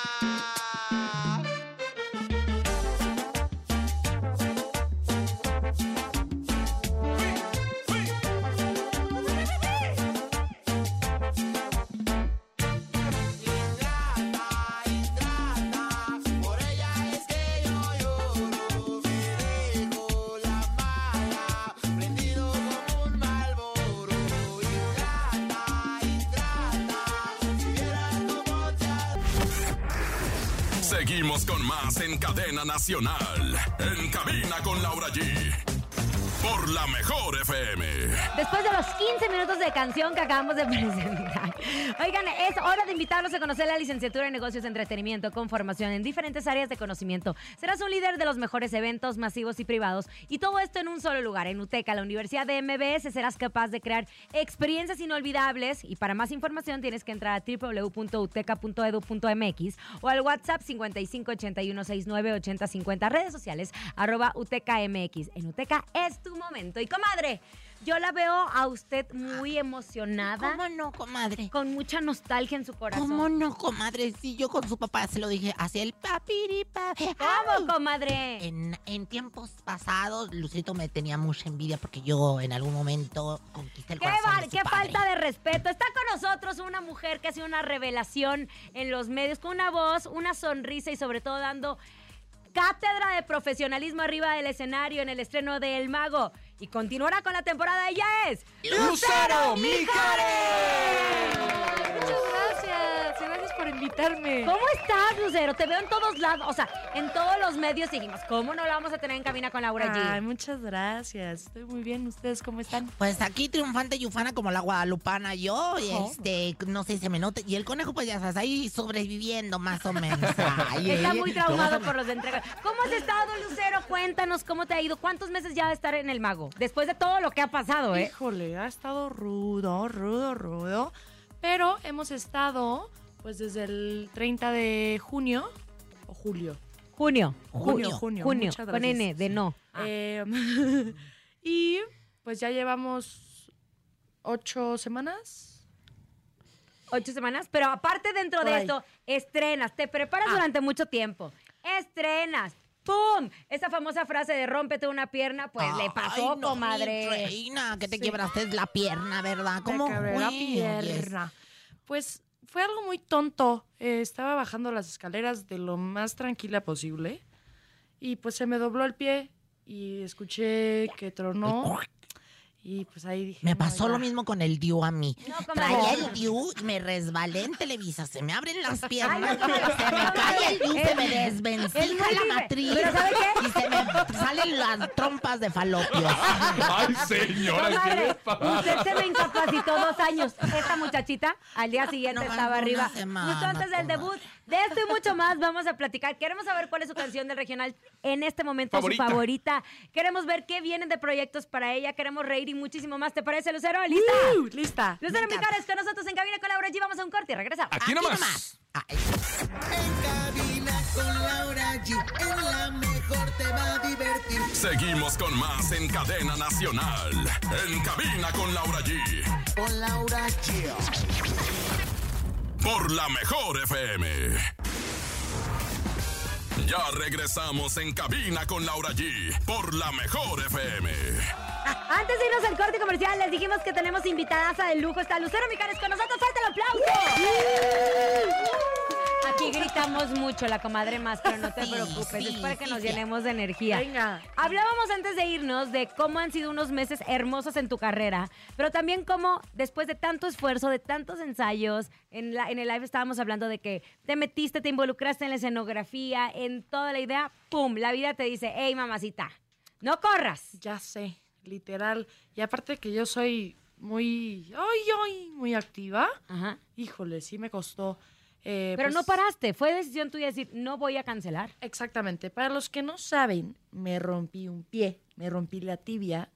Speaker 1: Seguimos con más en cadena nacional. En cabina con Laura G. Por la mejor FM.
Speaker 5: Después de los 15 minutos de canción que acabamos de presentar. Oigan, es hora de invitarlos a conocer la licenciatura en negocios de entretenimiento con formación en diferentes áreas de conocimiento. Serás un líder de los mejores eventos masivos y privados y todo esto en un solo lugar, en UTECA, la Universidad de MBS. Serás capaz de crear experiencias inolvidables y para más información tienes que entrar a www.uteca.edu.mx o al WhatsApp 5581698050, redes sociales arroba UTECAMX. En UTECA es tu momento. Y comadre, yo la veo a usted muy emocionada,
Speaker 2: ¿Cómo no, comadre?
Speaker 5: con mucha nostalgia en su corazón.
Speaker 2: ¿Cómo no, comadre? Si yo con su papá se lo dije, hacia el papiripa.
Speaker 5: ¿Cómo, comadre?
Speaker 2: En, en tiempos pasados, Lucito me tenía mucha envidia porque yo en algún momento conquisté el
Speaker 5: Qué,
Speaker 2: corazón.
Speaker 5: val-
Speaker 2: de su
Speaker 5: qué
Speaker 2: padre.
Speaker 5: falta de respeto. Está con nosotros una mujer que ha sido una revelación en los medios, con una voz, una sonrisa y sobre todo dando cátedra de profesionalismo arriba del escenario en el estreno de El Mago. Y continuará con la temporada. Ella es
Speaker 3: ¡Lucero Mijares!
Speaker 11: Muchas gracias, gracias por invitarme.
Speaker 5: ¿Cómo estás, Lucero? Te veo en todos lados, o sea, en todos los medios dijimos, ¿cómo no la vamos a tener en cabina con Laura
Speaker 11: Ay,
Speaker 5: G?
Speaker 11: muchas gracias. Estoy muy bien. ¿Ustedes cómo están?
Speaker 2: Pues aquí triunfante y ufana como la guadalupana yo, y
Speaker 11: Ojo.
Speaker 2: este, no sé, se me nota. Y el conejo, pues ya sabes, ahí sobreviviendo más o menos. Ay,
Speaker 5: Está
Speaker 2: ey,
Speaker 5: muy
Speaker 2: ¿cómo
Speaker 5: traumado
Speaker 2: se-
Speaker 5: por los de entrega. ¿Cómo has estado, Lucero? Cuéntanos cómo te ha ido. ¿Cuántos meses ya de estar en el mago? Después de todo lo que ha pasado, ¿eh?
Speaker 11: Híjole, ha estado rudo, rudo, rudo. Pero hemos estado Pues desde el 30 de junio o julio.
Speaker 9: Junio.
Speaker 11: Junio,
Speaker 9: Junio.
Speaker 11: junio,
Speaker 9: Junio,
Speaker 11: muchas
Speaker 9: con
Speaker 11: gracias.
Speaker 9: N de no.
Speaker 11: Ah.
Speaker 5: Ah.
Speaker 11: Eh, y pues ya llevamos ocho semanas.
Speaker 5: Ocho semanas, pero aparte dentro
Speaker 11: Por
Speaker 5: de
Speaker 11: ahí.
Speaker 5: esto, estrenas, te preparas durante mucho tiempo. Estrenas. ¡Pum! Esa famosa frase de rómpete una pierna, pues le
Speaker 2: Ay,
Speaker 5: pasó,
Speaker 2: no, mi
Speaker 5: comadre.
Speaker 2: reina, que te quebraste la pierna, ¿verdad? ¿Cómo?
Speaker 11: quebré la
Speaker 2: fue? Oye,
Speaker 11: pierna. Pues fue algo muy tonto. Eh, estaba bajando las escaleras de lo más tranquila posible y pues se me dobló el pie y escuché que tronó y pues ahí dije...
Speaker 2: Me
Speaker 11: "No,
Speaker 2: pasó
Speaker 11: ya".
Speaker 2: lo mismo con el Diu a mí.
Speaker 11: comadre.
Speaker 2: Traía el Diu y me resbalé en Televisa. Se me abren las piernas.
Speaker 5: Ay, no, comadre.
Speaker 2: se me cae el Diu, se me
Speaker 5: Es- es
Speaker 2: desvencija
Speaker 5: muy
Speaker 2: la
Speaker 5: libre.
Speaker 2: matriz.
Speaker 5: Pero ¿sabe qué?
Speaker 2: Y se me salen las trompas de falopios.
Speaker 3: Ay, señora, ¿qué
Speaker 5: Comadre,
Speaker 3: le pasa?
Speaker 5: usted se me incapacitó dos años. Esta muchachita al día siguiente
Speaker 2: Ah, No,
Speaker 5: estaba
Speaker 2: una
Speaker 5: arriba.
Speaker 2: semana,
Speaker 5: Justo antes del debut. De esto y mucho más vamos a platicar. Queremos saber cuál es su canción del regional en este momento,
Speaker 3: Favorita.
Speaker 5: su favorita. Queremos ver qué vienen de proyectos para ella. Queremos reír y muchísimo más. ¿Te parece, Lucero? ¿Lista?
Speaker 11: ¡Uh! ¡Lista!
Speaker 5: Lucero Mijares con nosotros en cabina con Laura G. Vamos a un corte y regresamos.
Speaker 3: Aquí nomás.
Speaker 1: Seguimos con más en Cadena Nacional. En cabina con Laura G.
Speaker 12: Con Laura G.
Speaker 1: Por la mejor FM. Ya regresamos en cabina con Laura G. Por la mejor FM.
Speaker 5: Antes de irnos al corte comercial, les dijimos que tenemos invitadas de lujo. Está Lucero Mijares con nosotros. ¡Fuerte el aplauso! Aquí gritamos mucho, la comadre más, pero no te
Speaker 11: Sí,
Speaker 5: preocupes, es
Speaker 11: sí,
Speaker 5: para que
Speaker 11: sí,
Speaker 5: nos
Speaker 11: sí.
Speaker 5: llenemos de energía.
Speaker 11: Venga.
Speaker 5: Hablábamos antes de irnos de cómo han sido unos meses hermosos en tu carrera, pero también cómo después de tanto esfuerzo, de tantos ensayos, en, la, en el live estábamos hablando de que te metiste, te involucraste en la escenografía, en toda la idea, ¡pum! La vida te dice, hey mamacita, no corras.
Speaker 11: Ya sé, literal. Y aparte que yo soy muy, ay, ay, muy activa.
Speaker 5: Ajá.
Speaker 11: Híjole, sí me costó. Eh,
Speaker 5: Pero
Speaker 11: pues,
Speaker 5: no paraste, fue decisión tuya decir, no voy a cancelar.
Speaker 11: Exactamente. Para los que no saben, me rompí un pie, me rompí la tibia.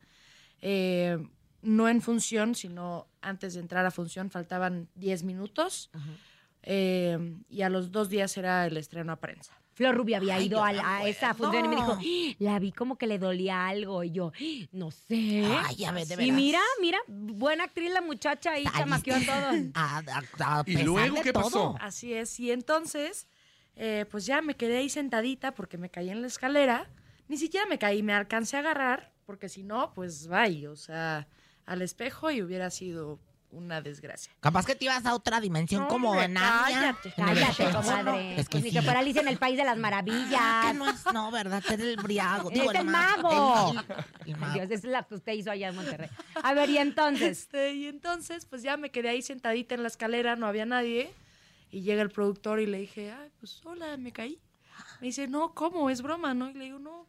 Speaker 11: eh, no en función, sino antes de entrar a función faltaban 10 minutos. eh, y a los dos días era el estreno a prensa.
Speaker 5: Flor Rubia había
Speaker 11: Ay,
Speaker 5: ido
Speaker 11: yo
Speaker 5: a,
Speaker 11: me
Speaker 5: la- a esa
Speaker 11: acuerdo.
Speaker 5: función y me dijo, "Ah, la vi como que le dolía algo. Y yo, "Ah, no sé.
Speaker 2: Ay, a ver, de
Speaker 5: y
Speaker 2: veras.
Speaker 5: mira, mira, buena actriz la muchacha ahí, chamaqueó a todos.
Speaker 2: A- a- a
Speaker 3: ¿Y
Speaker 2: pesar
Speaker 3: luego
Speaker 2: de
Speaker 3: qué
Speaker 2: todo.
Speaker 3: pasó?
Speaker 11: Así es. Y entonces, eh, pues ya me quedé ahí sentadita porque me caí en la escalera. Ni siquiera me caí, me alcancé a agarrar, porque si no, pues vaya, o sea, al espejo y hubiera sido una desgracia.
Speaker 2: Capaz que te ibas a otra dimensión
Speaker 11: No,
Speaker 2: como
Speaker 11: hombre,
Speaker 2: en Narnia.
Speaker 11: cállate,
Speaker 2: en el
Speaker 5: Cállate,
Speaker 2: Egipto.
Speaker 5: comadre.
Speaker 2: Es que
Speaker 5: Pues ni
Speaker 2: sí.
Speaker 5: que fuera Alicia en el País de las
Speaker 2: Ah,
Speaker 5: Maravillas.
Speaker 2: que no es, no, ¿verdad? Que es el briago.
Speaker 5: Es
Speaker 2: Digo,
Speaker 5: el
Speaker 2: ma-
Speaker 5: mago.
Speaker 2: el- el- el
Speaker 5: Ay,
Speaker 2: mago.
Speaker 5: Dios, esa es la que usted hizo allá en Monterrey. A ver, y entonces.
Speaker 11: Este, y entonces, pues ya me quedé ahí sentadita en la escalera, no había nadie. Y llega el productor y le dije, ay, pues hola, me caí. Me dice, no, ¿cómo? Es broma, ¿no? Y le digo, no,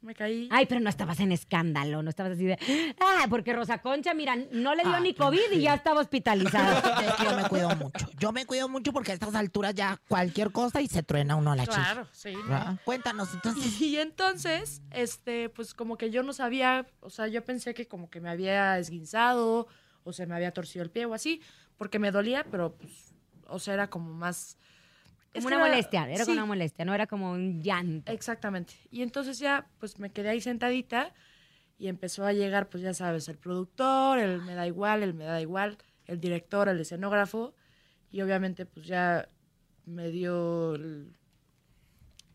Speaker 11: me caí.
Speaker 5: Ay, pero no estabas en escándalo, no estabas así de. Ah, porque Rosa Concha, mira, no le dio
Speaker 2: Ah,
Speaker 5: ni COVID y ya estaba hospitalizada.
Speaker 2: Es que yo me cuido mucho. Yo me cuido mucho porque a estas alturas ya cualquier cosa y se truena uno a la chica.
Speaker 11: claro, sí. ¿no?
Speaker 2: Cuéntanos, entonces.
Speaker 11: Y entonces, este, pues como que yo no sabía, o sea, yo pensé que como que me había esguinzado o se me había torcido el pie o así, porque me dolía, pero pues, o sea, era como más... es
Speaker 5: Como
Speaker 11: que
Speaker 5: una molestia, era
Speaker 11: sí,
Speaker 5: como una molestia, no era como un llanto.
Speaker 11: Exactamente. Y entonces ya, pues me quedé ahí sentadita y empezó a llegar, pues ya sabes, el productor, el me da igual, el me da igual, el director, el escenógrafo. Y obviamente, pues ya me dio el,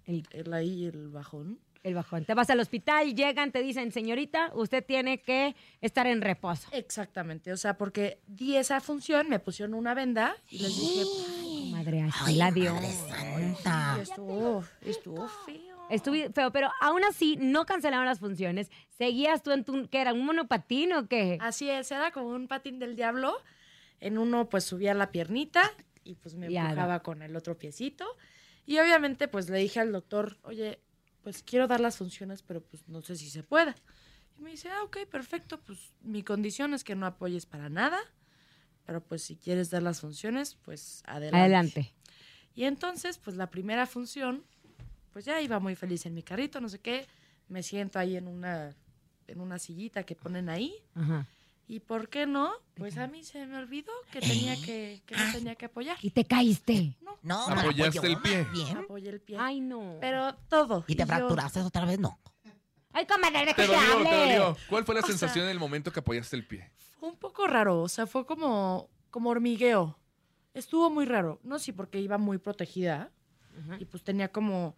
Speaker 5: El-
Speaker 11: el ahí el bajón.
Speaker 5: El bajón. Te vas al hospital, llegan, te dicen, señorita, usted tiene que estar en reposo.
Speaker 11: Exactamente, o sea, porque di esa función, me pusieron una venda y les dije,
Speaker 5: Madre, así la dio.
Speaker 2: Santa.
Speaker 11: "Ay, estuvo, estuvo feo.
Speaker 5: Estuve feo, pero aún así no cancelaron las funciones. Seguías tú en tu, que era un monopatín o qué?
Speaker 11: Así es, era como un patín del diablo. En uno pues subía la piernita y pues me
Speaker 5: Y haga.
Speaker 11: empujaba con el otro piecito. Y obviamente pues le dije al doctor, oye, pues quiero dar las funciones, pero pues no sé si se pueda. Y me dice, ah, ok, perfecto, pues mi condición es que no apoyes para nada, pero pues si quieres dar las funciones, pues adelante.
Speaker 5: Adelante.
Speaker 11: Y entonces, pues la primera función, pues ya iba muy feliz en mi carrito, no sé qué. Me siento ahí en una, en una sillita que ponen ahí.
Speaker 5: Ajá.
Speaker 11: ¿Y por qué no? Pues a mí se me olvidó que
Speaker 2: ¿Eh?
Speaker 11: tenía que, que no tenía que apoyar.
Speaker 9: Y te caíste.
Speaker 11: No.
Speaker 2: No, pues, me la
Speaker 3: Apoyaste
Speaker 2: apoyó
Speaker 3: pues el pie.
Speaker 2: más bien.
Speaker 11: Apoyé el pie.
Speaker 5: Ay, no.
Speaker 11: Pero todo.
Speaker 2: ¿Y te
Speaker 11: yo-
Speaker 2: fracturaste otra vez? No.
Speaker 5: Ay, comadre,
Speaker 3: Te
Speaker 5: déjate
Speaker 3: dolió, te
Speaker 5: hable.
Speaker 3: dolió. ¿Cuál fue la
Speaker 11: O sea-
Speaker 3: sensación en el momento que apoyaste el pie?
Speaker 11: Fue un poco raro, o sea, fue como, como hormigueo. Estuvo muy raro. No sé, porque iba muy protegida
Speaker 5: Ujú.
Speaker 11: y pues tenía como...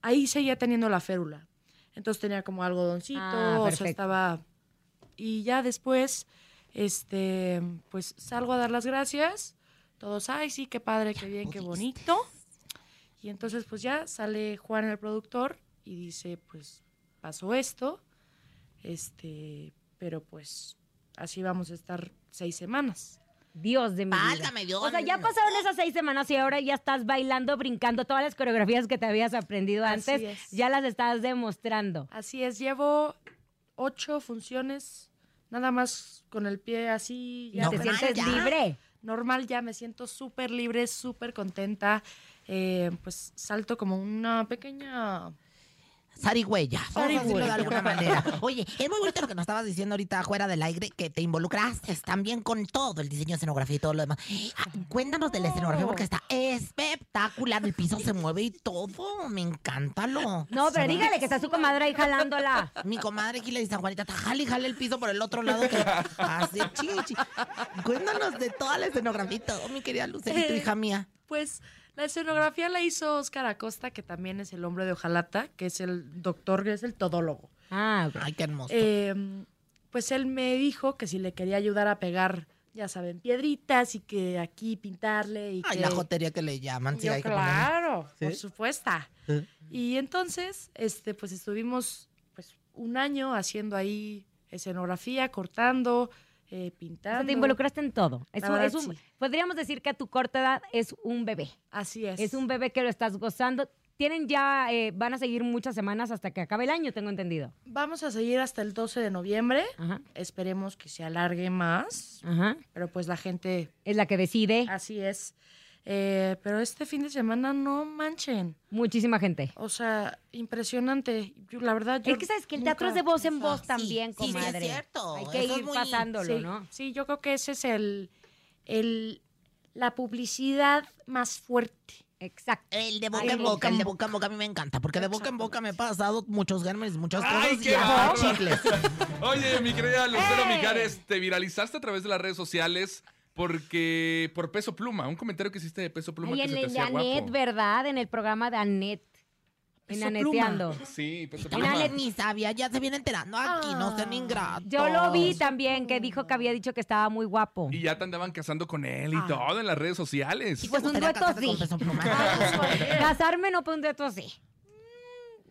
Speaker 11: Ahí seguía teniendo la férula. Entonces tenía como algodoncito,
Speaker 9: Ah,
Speaker 11: o sea,
Speaker 9: perfecto.
Speaker 11: estaba... Y ya después, este, pues salgo a dar las gracias. Todos, ay, sí, qué padre, qué bien, qué bonito. Y entonces pues ya sale Juan el productor y dice, pues pasó esto, este, pero pues así vamos a estar seis semanas.
Speaker 5: Dios de mi vida.
Speaker 2: Válgame Dios.
Speaker 5: O sea, ya
Speaker 2: no.
Speaker 5: pasaron esas seis semanas y ahora ya estás bailando, brincando todas las coreografías que te habías aprendido
Speaker 11: Así
Speaker 5: antes.
Speaker 11: es.
Speaker 5: Ya las estás demostrando.
Speaker 11: Así es, llevo ocho funciones, nada más con el pie así.
Speaker 5: Y te
Speaker 2: Normal,
Speaker 5: sientes
Speaker 2: ya.
Speaker 5: libre.
Speaker 11: normal ya, me siento súper libre, súper contenta. Eh, pues salto como una pequeña...
Speaker 2: Sarigüeya, por
Speaker 11: Sarigüeya.
Speaker 2: decirlo de alguna manera. Oye, es muy bonito lo que nos estabas diciendo ahorita fuera del aire, que te involucraste también con todo el diseño, escenografía y todo lo demás. Ah, Cuéntanos de la escenografía porque está espectacular, el piso se mueve y todo, me encanta lo.
Speaker 5: No, pero dígale que está su comadre ahí jalándola.
Speaker 2: Mi comadre aquí le dice a Juanita, jale y jale el piso por el otro lado que hace chichi. Cuéntanos de toda la escenografía y todo, mi querida Lucerito,
Speaker 11: Eh,
Speaker 2: hija mía.
Speaker 11: Pues la escenografía la hizo Óscar Acosta, que también es el hombre de Ojalata, que es el doctor, que es el todólogo.
Speaker 5: Ah, ok.
Speaker 2: Ay, qué hermoso.
Speaker 11: Eh, pues él me dijo que si le quería ayudar a pegar, ya saben, piedritas y que aquí pintarle y
Speaker 2: Ay,
Speaker 11: que...
Speaker 2: la jotería que le llaman. sí,
Speaker 11: eh, Yo,
Speaker 2: hay que ponerle.
Speaker 11: claro, por
Speaker 2: ¿Sí?
Speaker 11: supuesto.
Speaker 2: ¿Eh?
Speaker 11: Y entonces, este, pues estuvimos pues, un año haciendo ahí escenografía, cortando, eh,
Speaker 5: O
Speaker 11: pintando.
Speaker 5: sea, te involucraste en todo. Es
Speaker 11: La
Speaker 5: un-
Speaker 11: verdad,
Speaker 5: es un-
Speaker 11: sí.
Speaker 5: Podríamos decir que a tu corta edad es un bebé.
Speaker 11: Así es.
Speaker 5: Es un bebé que lo estás gozando. Tienen ya, eh, van a seguir muchas semanas hasta que acabe el año, tengo entendido.
Speaker 11: Vamos a seguir hasta el 12 de noviembre.
Speaker 5: Ajá,
Speaker 11: Esperemos que se alargue más,
Speaker 5: ajá.
Speaker 11: pero pues la gente,
Speaker 5: Es la que decide.
Speaker 11: así es. Eh, pero este fin de semana no manchen.
Speaker 5: Muchísima gente.
Speaker 11: O sea, impresionante. Yo, la verdad, yo
Speaker 5: Es que sabes que el teatro es de
Speaker 11: nunca-
Speaker 5: voz en voz
Speaker 2: Sí,
Speaker 5: también,
Speaker 2: sí, sí, es
Speaker 5: comadre.
Speaker 2: cierto.
Speaker 5: Hay que
Speaker 2: Eso es
Speaker 5: ir
Speaker 2: muy-
Speaker 5: pasándolo,
Speaker 11: sí,
Speaker 5: ¿no?
Speaker 11: sí, yo creo que ese es el, el la publicidad más fuerte.
Speaker 5: Exacto.
Speaker 2: El de boca
Speaker 11: Ay,
Speaker 2: en boca, el de boca en boca a mí me encanta, porque de boca en boca me he pasado muchos gérmenes, muchas cosas
Speaker 3: ¡Ay,
Speaker 2: y
Speaker 3: qué
Speaker 2: hasta
Speaker 3: bárbaro!
Speaker 2: chicles.
Speaker 3: Oye, mi querida Lucero
Speaker 5: ¡Eh!
Speaker 3: Mijares, te viralizaste a través de las redes sociales porque por Peso Pluma, un comentario que hiciste de Peso Pluma
Speaker 5: Ay,
Speaker 3: que
Speaker 5: en
Speaker 3: se te
Speaker 5: el de
Speaker 3: hacía guapo.
Speaker 5: Anet, ¿verdad? En el programa de Anet. En
Speaker 11: Peso
Speaker 5: Aneteando.
Speaker 3: Sí, Peso
Speaker 5: En
Speaker 3: Pluma.
Speaker 5: Ale-
Speaker 2: Ni sabía, ya se viene enterando aquí, no sean ingratos.
Speaker 5: Yo lo vi también, que dijo que había dicho que estaba muy guapo.
Speaker 3: Y ya te andaban casando con él
Speaker 5: Ah.
Speaker 3: y todo en las redes sociales.
Speaker 5: pues un
Speaker 2: Gustaría
Speaker 5: dueto
Speaker 2: casarse con
Speaker 5: sí.
Speaker 2: Peso Pluma.
Speaker 5: Casarme no, pero un dueto sí.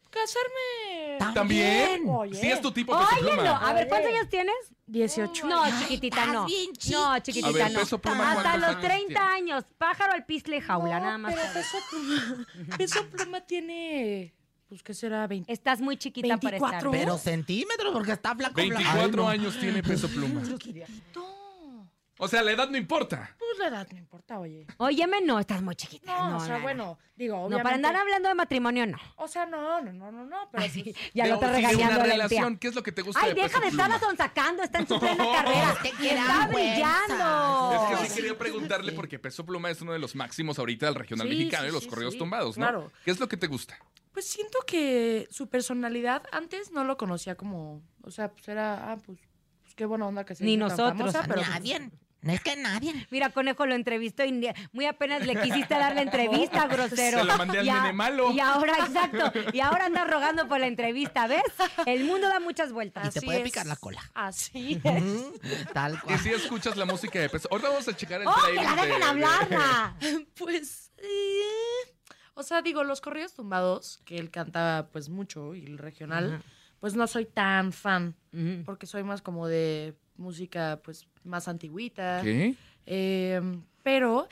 Speaker 11: Casarme.
Speaker 3: También.
Speaker 11: Oye.
Speaker 3: Sí es tu tipo Peso
Speaker 5: Óyelo.
Speaker 3: Pluma.
Speaker 5: A ver, ¿cuántos años tienes?
Speaker 11: 18.
Speaker 5: No, chiquitita,
Speaker 2: estás
Speaker 5: no.
Speaker 2: bien
Speaker 5: No,
Speaker 3: A
Speaker 5: chiquitita,
Speaker 3: ver,
Speaker 5: no.
Speaker 3: Peso Pluma,
Speaker 5: Hasta
Speaker 3: ¿cuántos
Speaker 5: los
Speaker 3: años
Speaker 5: 30
Speaker 3: tiene?
Speaker 5: años. Pájaro al pisle jaula, nada más.
Speaker 11: Pero peso pluma, peso pluma tiene, pues qué será, 20.
Speaker 5: Estás muy chiquita para
Speaker 11: 24.
Speaker 5: estar.
Speaker 2: Pero centímetros, porque está flaco. flaco. Ay,
Speaker 3: 24
Speaker 2: no.
Speaker 3: años tiene Peso Pluma.
Speaker 11: No,
Speaker 3: O sea, la edad no importa.
Speaker 11: pues la edad no importa, oye.
Speaker 5: Óyeme, no, estás muy chiquita.
Speaker 11: No,
Speaker 5: No,
Speaker 11: o sea,
Speaker 5: no, no.
Speaker 11: bueno, digo,
Speaker 5: No,
Speaker 11: obviamente.
Speaker 5: para andar hablando de matrimonio, no.
Speaker 11: O sea, no, no, no, no, no, pero pues,
Speaker 5: Ya lo
Speaker 3: Pero
Speaker 5: está
Speaker 3: si de
Speaker 5: regañando
Speaker 3: una
Speaker 5: la tía.
Speaker 3: relación, ¿qué es lo que te gusta
Speaker 5: Ay,
Speaker 3: de
Speaker 5: deja
Speaker 3: Peso
Speaker 5: de estarla
Speaker 3: Pluma?
Speaker 5: sonsacando, está en su plena
Speaker 3: No,
Speaker 5: carrera.
Speaker 2: te quiero,
Speaker 5: Está
Speaker 2: vergüenza.
Speaker 5: brillando.
Speaker 3: Es que sí quería preguntarle porque Peso Pluma es uno de los máximos ahorita del regional
Speaker 11: Sí,
Speaker 3: mexicano
Speaker 11: sí,
Speaker 3: y los
Speaker 11: sí,
Speaker 3: corridos
Speaker 11: sí,
Speaker 3: tumbados, ¿no?
Speaker 11: claro.
Speaker 3: ¿Qué es lo que te gusta?
Speaker 11: Pues siento que su personalidad antes no lo conocía como, o sea, pues era, ah, pues, pues qué buena onda que se
Speaker 5: Ni
Speaker 11: hizo tan
Speaker 5: nosotros.
Speaker 11: famosa, pero pues,
Speaker 2: Nadie, no es que nadie.
Speaker 5: Mira, Conejo lo entrevistó y ni- muy apenas le quisiste dar la entrevista, grosero.
Speaker 3: Se la mandé al
Speaker 5: Y a-
Speaker 3: nene malo.
Speaker 5: Y ahora, exacto. Y ahora andas rogando por la entrevista, ¿ves? El mundo da muchas vueltas.
Speaker 2: Y te
Speaker 11: así
Speaker 2: puede
Speaker 11: es.
Speaker 2: picar la cola.
Speaker 11: Así es.
Speaker 2: Mm, Tal
Speaker 3: Que
Speaker 2: cual.
Speaker 3: si escuchas la música de Peso. Ahorita vamos a checar el
Speaker 5: ¡Oh, que
Speaker 3: playlist
Speaker 5: la
Speaker 3: de-
Speaker 5: dejen
Speaker 3: de-
Speaker 5: hablarla!
Speaker 11: Pues, eh, o sea, digo, los corridos tumbados, que él canta pues mucho, y el regional, pues no soy tan fan,
Speaker 5: Ujú.
Speaker 11: porque soy más como de música pues más antigüita.
Speaker 3: ¿Qué?
Speaker 11: Eh, pero,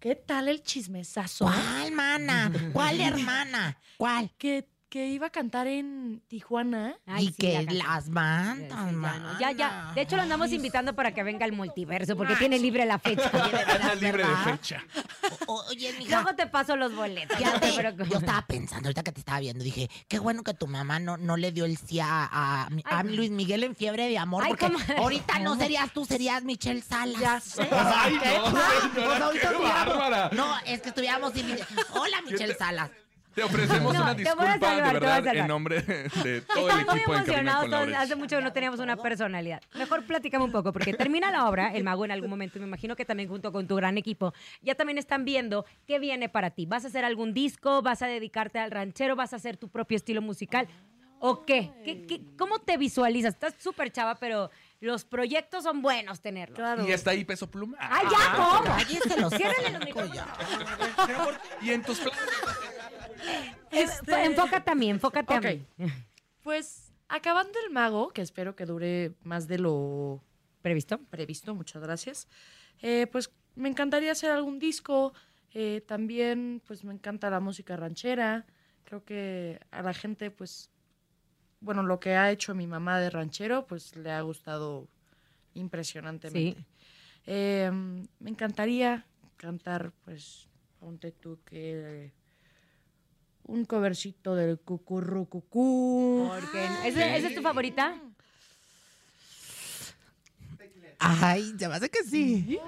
Speaker 11: ¿qué tal el chismesazo?
Speaker 2: ¿Cuál, mana? ¿Cuál, hermana? ¿Cuál?
Speaker 11: Que, que iba a cantar en Tijuana.
Speaker 2: y que las mandan,
Speaker 5: Ya, ya. De hecho, lo andamos invitando para que venga al multiverso, porque tiene libre la fecha.
Speaker 3: Está libre de fecha.
Speaker 2: Oye, mija.
Speaker 5: Luego te paso los boletos.
Speaker 2: Ya
Speaker 5: no te
Speaker 2: te-
Speaker 5: preocupes.
Speaker 2: yo estaba pensando, ahorita que te estaba viendo, dije, qué bueno que tu mamá no, no le dio el sí a, a- a Luis Miguel en fiebre de amor,
Speaker 5: Ay,
Speaker 2: porque
Speaker 5: comadre.
Speaker 2: ahorita no serías tú, serías Michelle Salas.
Speaker 11: Ya sé.
Speaker 3: Ay, no,
Speaker 2: Ah,
Speaker 3: señora,
Speaker 2: pues ahorita
Speaker 3: qué
Speaker 2: estuviéramos-
Speaker 3: bárbara.
Speaker 2: No, es que estuviéramos y mire, hola Michelle Salas.
Speaker 3: Te ofrecemos
Speaker 5: No,
Speaker 3: una
Speaker 5: te voy a
Speaker 3: disculpa,
Speaker 5: salvar,
Speaker 3: de
Speaker 5: te voy a
Speaker 3: verdad,
Speaker 5: salvar.
Speaker 3: en nombre de todo el
Speaker 5: Están muy
Speaker 3: equipo en Cabina
Speaker 5: emocionados.
Speaker 3: con la
Speaker 5: todos.
Speaker 3: Oreja.
Speaker 5: hace mucho que no teníamos una personalidad. Mejor platícame un poco, porque termina la obra, el mago en algún momento, y me imagino que también junto con tu gran equipo, ya también están viendo qué viene para ti. ¿Vas a hacer algún disco? ¿Vas a dedicarte al ranchero? ¿Vas a hacer tu propio estilo musical? ¿O qué? ¿Qué- qué- cómo te visualizas? Estás súper chava, pero los proyectos son buenos tenerlos. Ah,
Speaker 11: Claro.
Speaker 3: Y está ahí peso pluma.
Speaker 5: ¡Ay, ya, cómo!
Speaker 2: Cállese los
Speaker 5: Ciérrenle los
Speaker 2: cinco ya.
Speaker 3: Y en tus planes.
Speaker 11: Este-
Speaker 5: Enfócate a mí, enfócate a mí.
Speaker 11: Ok. Pues acabando el mago, que espero que dure más de lo
Speaker 5: ¿Previsto?
Speaker 11: previsto, muchas gracias. eh, pues me encantaría hacer algún disco. eh, también, pues me encanta la música ranchera. Creo que a la gente, pues, bueno, lo que ha hecho mi mamá de ranchero, pues le ha gustado impresionantemente.
Speaker 5: Sí.
Speaker 11: Eh, me encantaría cantar, pues, ponte tú que un covercito del cucurrucucú.
Speaker 5: Porque ¿Ese- ¿Esa es tu favorita?
Speaker 2: Ay, se me hace que sí.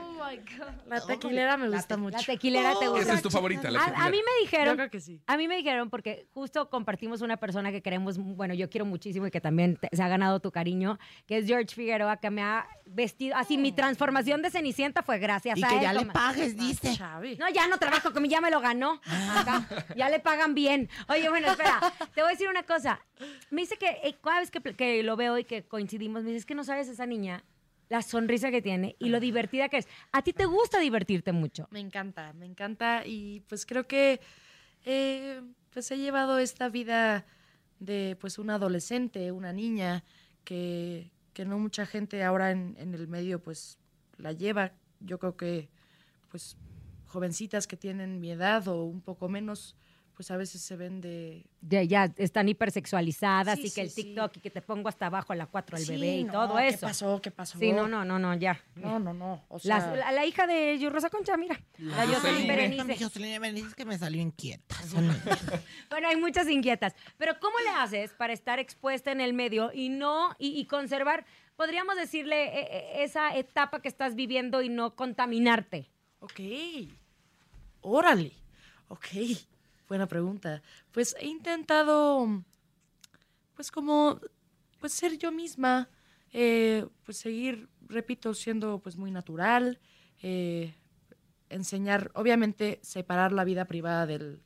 Speaker 11: La tequilera me
Speaker 2: La
Speaker 11: gusta
Speaker 2: te-
Speaker 11: mucho.
Speaker 5: La tequilera te gusta.
Speaker 3: Esa es tu favorita, la
Speaker 5: A, a mí
Speaker 3: tequilera.
Speaker 5: me
Speaker 11: Yo
Speaker 5: dijeron
Speaker 11: creo que
Speaker 2: Ah,
Speaker 11: sí.
Speaker 5: A mí me dijeron, porque justo compartimos una persona que queremos, bueno, yo quiero muchísimo y que también te- se ha ganado tu cariño, que es George Figueroa, que me ha vestido, así mi transformación de Cenicienta fue gracias
Speaker 2: Y
Speaker 5: a
Speaker 2: que
Speaker 5: él,
Speaker 2: ya le
Speaker 5: comadre.
Speaker 2: pagues, dice.
Speaker 11: Chavi.
Speaker 5: No, ya no trabajo conmigo, ya me lo ganó. Acá, ya le pagan bien. Oye, bueno, espera, te voy a decir una cosa. Me dice que eh, cada vez que, pl- que lo veo y que coincidimos, me dice, es que no sabes esa niña, la sonrisa que tiene y lo divertida que es. A ti te gusta divertirte mucho.
Speaker 11: Me encanta, me encanta y pues creo que eh, pues he llevado esta vida de pues una adolescente, una niña, que, que no mucha gente ahora en, en el medio pues la lleva. Yo creo que pues jovencitas que tienen mi edad o un poco menos, pues a veces se ven de...
Speaker 5: Ya, ya están hipersexualizadas
Speaker 11: Sí,
Speaker 5: y que
Speaker 11: sí,
Speaker 5: el
Speaker 11: sí.
Speaker 5: TikTok y que te pongo hasta abajo a la 4 el
Speaker 11: pues, Sí,
Speaker 5: bebé y
Speaker 11: no,
Speaker 5: todo eso.
Speaker 11: ¿Qué pasó? ¿Qué pasó?
Speaker 5: Sí, no, no, no, no, ya.
Speaker 11: No, no, no. O sea,
Speaker 5: Las- la, la hija de Yu- Rosa Concha, mira. La Jocelyn
Speaker 3: Jocelyn.
Speaker 2: Ay,
Speaker 5: Berenice.
Speaker 2: Jocelyn, me dices que me salió inquieta. solo-
Speaker 5: Bueno, hay muchas inquietas. Pero ¿cómo le haces para estar expuesta en el medio y no, y, y conservar, podríamos decirle, e- e- esa etapa que estás viviendo y no contaminarte?
Speaker 11: Ok. Órale. Ok. Buena pregunta. Pues he intentado, pues como, pues ser yo misma, eh, pues seguir, repito, siendo pues muy natural, eh, enseñar, obviamente separar la vida privada del,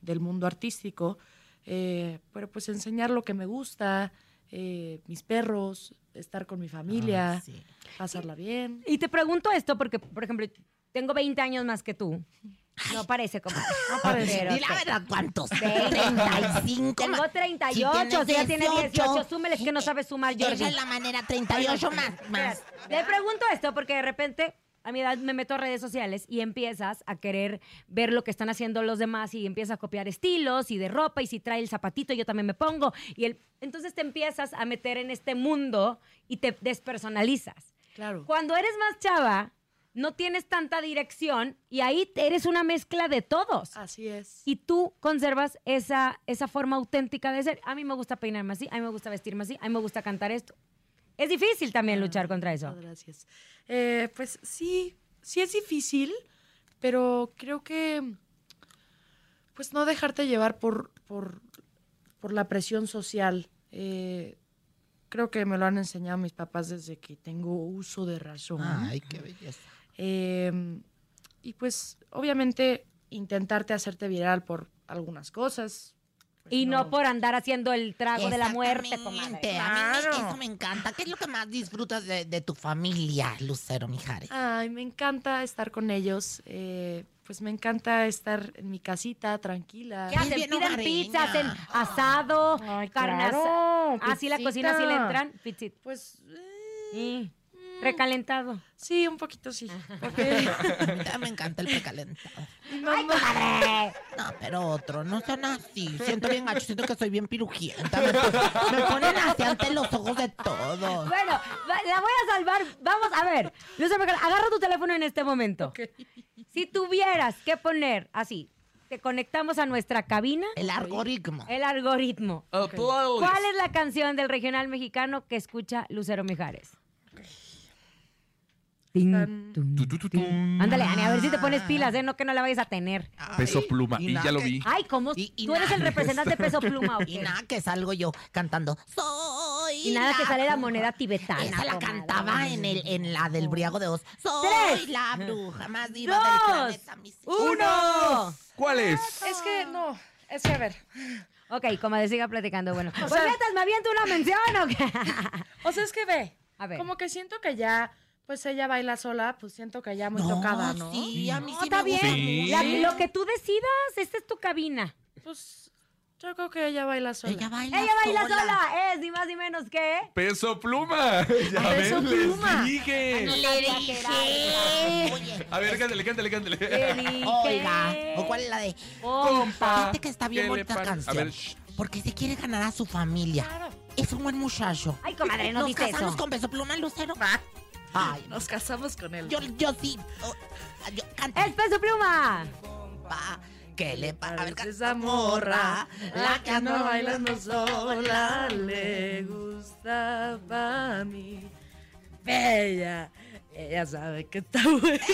Speaker 11: del mundo artístico, eh, pero pues enseñar lo que me gusta, eh, mis perros, estar con mi familia,
Speaker 2: Ay, sí.
Speaker 11: pasarla bien.
Speaker 5: Y te pregunto esto porque, por ejemplo, tengo 20 años más que tú. No parece como... No
Speaker 11: parece.
Speaker 2: Di la verdad, ¿cuántos? 35.
Speaker 5: Tengo
Speaker 2: ma-
Speaker 5: 38,
Speaker 2: Si
Speaker 5: si ya tiene 18, súmeles que no
Speaker 2: sabe
Speaker 5: sabes sumar, Jordi.
Speaker 2: Esa es la manera, 38 más. más.
Speaker 5: Espera, Le pregunto esto porque de repente a mi edad me meto a redes sociales y empiezas a querer ver lo que están haciendo los demás y empiezas a copiar estilos y de ropa y si trae el zapatito yo también me pongo y el entonces te empiezas a meter en este mundo y te despersonalizas.
Speaker 11: Claro.
Speaker 5: Cuando eres más chava no tienes tanta dirección y ahí eres una mezcla de todos.
Speaker 11: Así es.
Speaker 5: Y tú conservas esa, esa forma auténtica de ser. A mí me gusta peinarme así, a mí me gusta vestirme así, a mí me gusta cantar esto. Es difícil también luchar contra eso.
Speaker 11: Muchas gracias. Eh, pues sí, sí es difícil, pero creo que pues no dejarte llevar por, por, por la presión social. Eh, creo que me lo han enseñado mis papás desde que tengo uso de razón.
Speaker 2: Ay, qué belleza.
Speaker 11: Eh, y pues obviamente intentarte hacerte viral por algunas cosas. pues,
Speaker 5: y no. por andar haciendo el trago de la muerte,
Speaker 2: Exactamente.
Speaker 5: comadre.
Speaker 2: A mí me-
Speaker 11: Claro.
Speaker 2: eso me encanta. ¿Qué es lo que más disfrutas de, de tu familia, Lucero Mijares?
Speaker 11: Ay, me encanta estar con ellos. eh, pues me encanta estar en mi casita, tranquila.
Speaker 5: Ya
Speaker 2: Es
Speaker 5: hacen,
Speaker 2: bien Ah.
Speaker 5: piden
Speaker 2: hogareña.
Speaker 5: pizza, hacen asado,
Speaker 11: Ay,
Speaker 5: carne
Speaker 11: claro,
Speaker 2: Ah,
Speaker 5: asa- Así la
Speaker 11: pizzita.
Speaker 5: cocina, así le entran, pizzit.
Speaker 11: Pues eh,
Speaker 5: Y-
Speaker 11: mm,
Speaker 5: Recalentado.
Speaker 11: Sí, un poquito sí. Porque...
Speaker 2: Ya me encanta el precalentado.
Speaker 11: No, no.
Speaker 2: No, pero otro, no son así. Siento bien gacho, siento que soy bien pirujienta. Me, pon- me ponen así ante los ojos de todos.
Speaker 5: Bueno, va- la voy a salvar. Vamos a ver. Luis Albergal, agarra tu teléfono en este momento. Si tuvieras que poner así, te conectamos a nuestra cabina.
Speaker 2: El algoritmo.
Speaker 5: El algoritmo. ¿Cuál es la canción del regional mexicano que escucha Lucero Mijares? Tin, tun, tin. Ándale, Ani, a ver si te pones pilas, ¿eh? No que no la vayas a tener.
Speaker 3: Peso pluma, y ya lo vi.
Speaker 5: Ay, ¿cómo? Tú eres el representante de Peso Pluma, ¿o
Speaker 2: Y
Speaker 5: qué?
Speaker 2: nada que salgo yo cantando. Soy
Speaker 5: Y nada que
Speaker 2: la
Speaker 5: sale la
Speaker 2: bruja".
Speaker 5: moneda tibetana.
Speaker 2: Esa la
Speaker 5: comadre.
Speaker 2: cantaba en, el, en la del Briago de Oz. Soy
Speaker 5: Tres.
Speaker 2: la bruja más diva del
Speaker 5: ¡Dos!
Speaker 2: planeta. mis hijos.
Speaker 5: ¡Uno!
Speaker 3: ¿Cuál es?
Speaker 11: Es que
Speaker 2: Ah.
Speaker 11: no, es que a ver.
Speaker 5: Ok, comadre, siga platicando. Bueno, pues
Speaker 11: sea-
Speaker 5: mientras me aviento una mención o qué.
Speaker 11: O sea, es que ve.
Speaker 5: A ver.
Speaker 11: Como que siento que ya, pues ella baila sola, pues siento que ya muy
Speaker 2: No,
Speaker 11: tocada, ¿no?
Speaker 2: Sí, a mí
Speaker 5: No,
Speaker 2: sí
Speaker 5: está
Speaker 2: me
Speaker 5: bien.
Speaker 2: gusta.
Speaker 3: Sí.
Speaker 5: La- lo que tú decidas, esta es tu cabina.
Speaker 11: Pues yo creo que ella baila sola.
Speaker 2: Ella baila
Speaker 5: Ella baila
Speaker 2: sola.
Speaker 5: sola. es ni más ni menos que.
Speaker 3: Peso pluma. Ya
Speaker 11: Peso
Speaker 3: ven,
Speaker 11: Pluma.
Speaker 3: Les dije.
Speaker 2: Le dije. Oye,
Speaker 3: A ver, cántale, cántale,
Speaker 5: Te
Speaker 3: cántale.
Speaker 5: dije.
Speaker 2: Oiga, ¿o cuál es la de?
Speaker 3: Compa.
Speaker 2: Fíjate que está bien
Speaker 3: ¿qué le
Speaker 2: bonita
Speaker 3: pasa?
Speaker 2: canción.
Speaker 3: A ver, shh.
Speaker 2: Porque se quiere ganar a su familia. Es un buen muchacho.
Speaker 5: Ay, comadre, no
Speaker 2: Nos
Speaker 5: dices
Speaker 2: casamos
Speaker 5: eso.
Speaker 2: con peso pluma, Lucero. Ay, no.
Speaker 11: Nos casamos con él.
Speaker 2: yo, yo sí. oh, yo canto.
Speaker 5: ¡Es peso pluma!
Speaker 2: Pa, ¿Qué le pasa? A ver,
Speaker 11: Parece
Speaker 2: canta.
Speaker 11: esa morra, la que anda bailando sola, le gustaba a mí. Bella, ella sabe que está buena.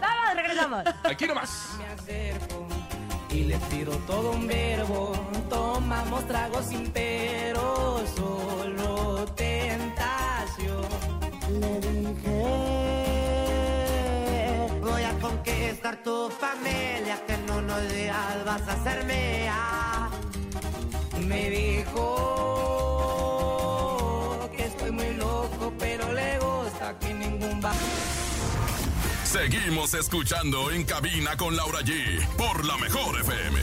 Speaker 5: ¡Vamos, regresamos!
Speaker 3: Aquí nomás.
Speaker 7: me acerco y le tiro todo un verbo. Tomamos tragos sin pero, solo tentación. Le dije, voy a conquistar tu familia, que en unos días vas a ser mía. Me dijo que estoy muy loco, pero le gusta que ningún va.
Speaker 1: Seguimos escuchando en cabina con Laura G por la mejor FM.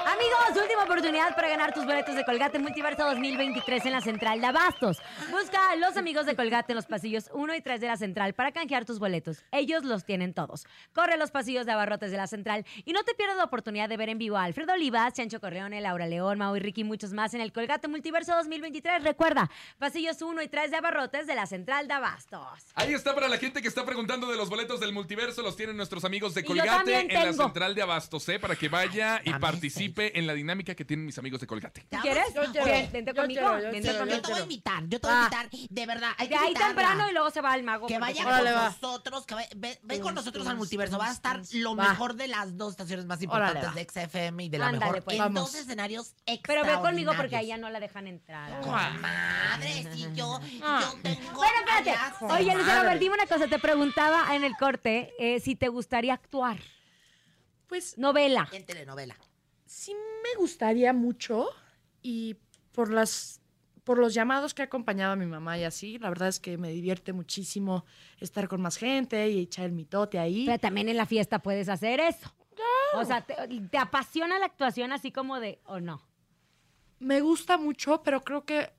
Speaker 5: Amigos, última oportunidad para ganar tus boletos de Colgate Multiverso 2023 en la Central de Abastos. Busca a los amigos de Colgate en los pasillos 1 y 3 de la Central para canjear tus boletos. Ellos los tienen todos. Corre los pasillos de abarrotes de la Central y no te pierdas la oportunidad de ver en vivo a Alfredo Olivas, Chancho Corleone, Laura León, Mau y Ricky y muchos más en el Colgate Multiverso 2023. Recuerda, pasillos 1 y 3 de abarrotes de la Central de Abastos.
Speaker 3: Ahí está para la gente que está preguntando de los boletos del multiverso. Los tienen nuestros amigos de
Speaker 5: Y yo
Speaker 3: Colgate
Speaker 5: también
Speaker 3: en la
Speaker 5: tengo.
Speaker 3: central de Abastos, ¿eh? Para que vaya y
Speaker 2: también
Speaker 3: participe en la dinámica que tienen mis amigos de Colgate.
Speaker 5: ¿Tú
Speaker 2: pues,
Speaker 5: ¿Quieres?
Speaker 11: Yo quiero.
Speaker 5: Ven, vente
Speaker 11: Yo
Speaker 5: conmigo.
Speaker 11: quiero, yo
Speaker 5: vente
Speaker 11: quiero,
Speaker 5: conmigo.
Speaker 2: Yo te voy a invitar, yo te voy a
Speaker 11: Ah.
Speaker 2: invitar. De verdad, hay que
Speaker 5: De ahí
Speaker 2: invitarla.
Speaker 5: temprano y luego se va al mago.
Speaker 2: Que
Speaker 5: porque
Speaker 2: vaya
Speaker 5: como-
Speaker 11: Órale,
Speaker 2: con
Speaker 11: va.
Speaker 2: nosotros, que vaya- ve- ven
Speaker 5: Este,
Speaker 2: con
Speaker 11: Tum,
Speaker 2: nosotros
Speaker 11: tum,
Speaker 2: al multiverso. Va a estar
Speaker 11: tum,
Speaker 2: lo
Speaker 11: va.
Speaker 2: mejor de las dos estaciones más
Speaker 11: Órale,
Speaker 2: importantes
Speaker 11: va.
Speaker 2: de XFM y de la
Speaker 5: Ándale,
Speaker 2: mejor
Speaker 5: pues,
Speaker 2: en
Speaker 11: vamos.
Speaker 2: dos escenarios
Speaker 5: Pero ve conmigo
Speaker 2: extraordinarios.
Speaker 5: porque ahí ya no la dejan entrar.
Speaker 2: Madre, si yo,
Speaker 11: Ah.
Speaker 2: yo tengo.
Speaker 5: Bueno, espérate.
Speaker 2: varias
Speaker 5: Oye, Lucero, a ver,
Speaker 11: Madre.
Speaker 5: dime una cosa. Te preguntaba en el corte eh, si te gustaría actuar.
Speaker 11: Pues
Speaker 5: Novela.
Speaker 2: En telenovela.
Speaker 11: sí me gustaría mucho y por las por los llamados que ha acompañado a mi mamá y así, la verdad es que me divierte muchísimo estar con más gente y echar el mitote ahí.
Speaker 5: Pero también en la fiesta puedes hacer eso. O sea, te, te apasiona la actuación así como de, o no?
Speaker 11: Me gusta mucho, pero creo que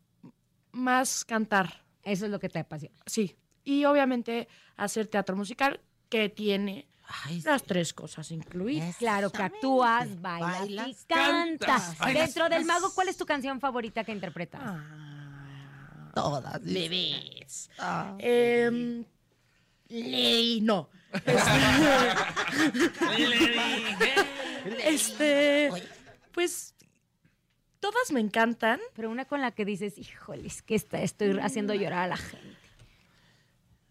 Speaker 11: más cantar,
Speaker 5: Eso es lo que te apasiona.
Speaker 11: sí. Y obviamente hacer teatro musical que tiene
Speaker 2: Ay,
Speaker 11: las tres cosas incluidas.
Speaker 5: Claro que actúas, bailas, y
Speaker 2: Bailas,
Speaker 5: cantas.
Speaker 3: cantas, bailas,
Speaker 5: Dentro del
Speaker 3: cantas.
Speaker 5: mago, ¿cuál es tu canción favorita que interpretas?
Speaker 11: Ah,
Speaker 2: todas.
Speaker 11: bebés.
Speaker 2: Ah.
Speaker 11: Em, ley, no. Este,
Speaker 2: Oye.
Speaker 11: pues todas me encantan.
Speaker 5: Pero una con la que dices, híjoles, que esta- estoy haciendo llorar a la gente.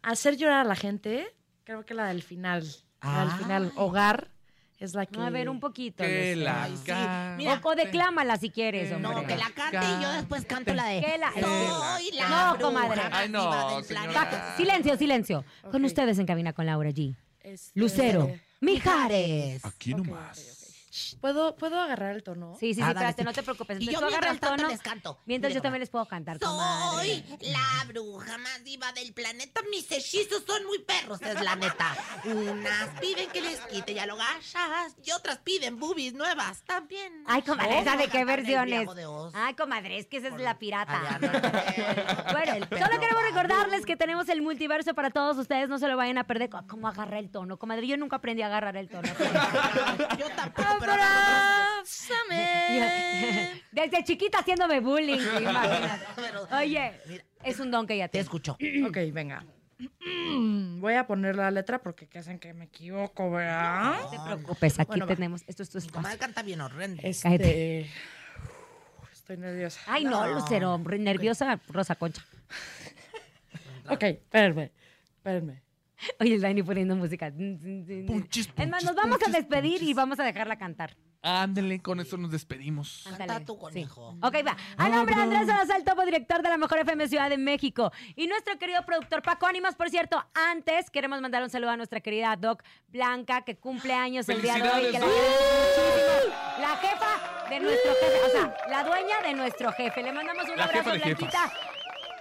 Speaker 11: Hacer llorar a la gente, creo que la del final, la del final, hogar, es la que.
Speaker 5: No, a ver, un poquito.
Speaker 3: Que
Speaker 5: Lucero.
Speaker 3: la
Speaker 2: sí. Mira,
Speaker 5: O, o declámala si quieres, hombre.
Speaker 2: No, que la cante y yo después canto la de.
Speaker 5: Que la-
Speaker 2: Soy la
Speaker 5: No,
Speaker 2: bruja
Speaker 5: comadre.
Speaker 2: más
Speaker 3: Ay, no,
Speaker 2: diva del
Speaker 3: señora.
Speaker 2: planeta.
Speaker 5: Ca- Silencio, silencio. Con
Speaker 11: Ok.
Speaker 5: ustedes en cabina con Laura G.
Speaker 11: Este,
Speaker 2: Ah,
Speaker 5: Lucero, Mijares.
Speaker 3: Aquí
Speaker 11: ok,
Speaker 3: nomás.
Speaker 11: ¿Puedo, ¿Puedo agarrar el tono?
Speaker 5: Sí, sí, sí, espérate, no te preocupes.
Speaker 2: Y
Speaker 5: Entonces,
Speaker 2: yo
Speaker 5: tú agarra
Speaker 2: mientras
Speaker 5: el tono.
Speaker 2: tanto les canto.
Speaker 5: Mientras
Speaker 2: Mira
Speaker 5: yo
Speaker 2: nomás.
Speaker 5: también les puedo cantar,
Speaker 2: Soy
Speaker 5: comadre.
Speaker 2: la bruja más diva del planeta. Mis hechizos son muy perros, es la neta. Unas piden que les quite ya lo gachas y otras piden boobies nuevas también. Oh,
Speaker 5: Ay, comadre, ¿sabe
Speaker 2: Cantar
Speaker 5: qué
Speaker 2: del
Speaker 5: versiones?
Speaker 2: Viejo de Oz.
Speaker 5: Ay, comadre, es que esa es la pirata.
Speaker 2: Bueno,
Speaker 5: Solo queremos recordarles que tenemos el multiverso para todos ustedes, no se lo vayan a perder. Co- ¿Cómo agarra el tono, comadre? Yo nunca aprendí a agarrar el tono. Ah.
Speaker 2: Yo tampoco, pero
Speaker 11: ¡Abrázame!
Speaker 5: Desde chiquita haciéndome bullying, imagínate.
Speaker 2: Pero-
Speaker 5: Oye, es un don que ya
Speaker 2: te
Speaker 5: tengo.
Speaker 2: escucho.
Speaker 11: Ok, venga. Voy a poner la letra porque ¿qué hacen que me equivoco, ¿verdad?
Speaker 5: No te preocupes, aquí
Speaker 11: Bueno, va.
Speaker 5: tenemos. Esto es tu espacio.
Speaker 2: Comadre canta bien horrendo.
Speaker 11: Este,
Speaker 5: Cállate.
Speaker 11: Estoy nerviosa.
Speaker 5: Ay, no,
Speaker 2: No.
Speaker 5: Lucero, hombre, nerviosa Rosa Concha.
Speaker 11: Ok, espérenme, espérenme.
Speaker 5: Oye, el Dani poniendo música.
Speaker 3: Punchis,
Speaker 5: es más,
Speaker 3: punchis,
Speaker 5: nos vamos a
Speaker 3: punchis,
Speaker 5: despedir y
Speaker 3: punchis.
Speaker 5: vamos a dejarla cantar.
Speaker 3: Ándale, con esto nos despedimos.
Speaker 5: Ándale.
Speaker 2: Canta tú, conejo.
Speaker 5: Ok, va. A nombre de Andrés Salazar, topo director de la Mejor FM Ciudad de México. Y nuestro querido productor Paco Ánimas, por cierto, antes queremos mandar un saludo a nuestra querida Doc Blanca, que cumple años el día de hoy.
Speaker 3: ¡Felicidades,
Speaker 5: que la,
Speaker 3: Doc!
Speaker 5: queremos muchísimo. la jefa de nuestro jefe, o sea, la dueña de nuestro jefe. Le mandamos un
Speaker 3: La jefa
Speaker 5: abrazo,
Speaker 3: de jefas.
Speaker 5: Blanquita.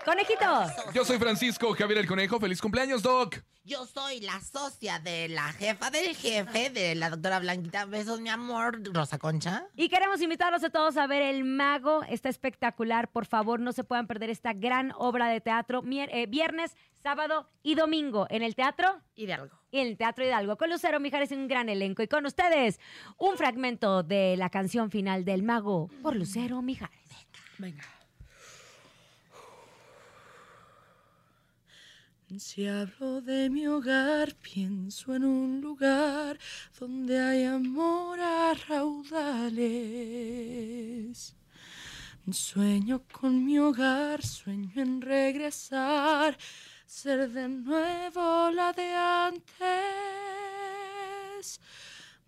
Speaker 5: Conejitos.
Speaker 3: Yo soy Francisco Javier el Conejo. ¡Feliz cumpleaños, Doc!
Speaker 2: Yo soy la socia de la jefa del jefe de la doctora Blanquita. Besos, mi amor. Rosa Concha.
Speaker 5: Y queremos invitarlos a todos a ver El Mago. Está espectacular. Por favor, no se puedan perder esta gran obra de teatro. mier- eh, viernes, sábado y domingo en el teatro.
Speaker 11: Y de algo.
Speaker 5: Y en el Teatro Hidalgo, con Lucero Mijares en un gran elenco. Y con ustedes, un fragmento de la canción final del Mago por Lucero Mijares.
Speaker 11: Venga. Si hablo de mi hogar, pienso en un lugar donde hay amor a raudales. Sueño con mi hogar, sueño en regresar, ser de nuevo la de antes.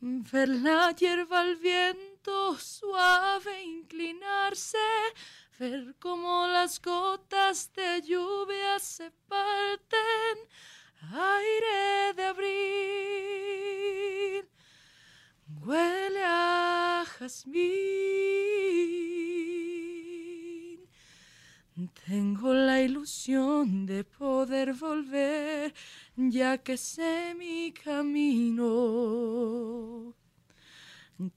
Speaker 11: Ver la hierba al viento suave inclinarse, ver cómo las gotas de lluvia se parten, aire de abril, huele a jazmín. Tengo la ilusión de poder volver, ya que sé mi camino.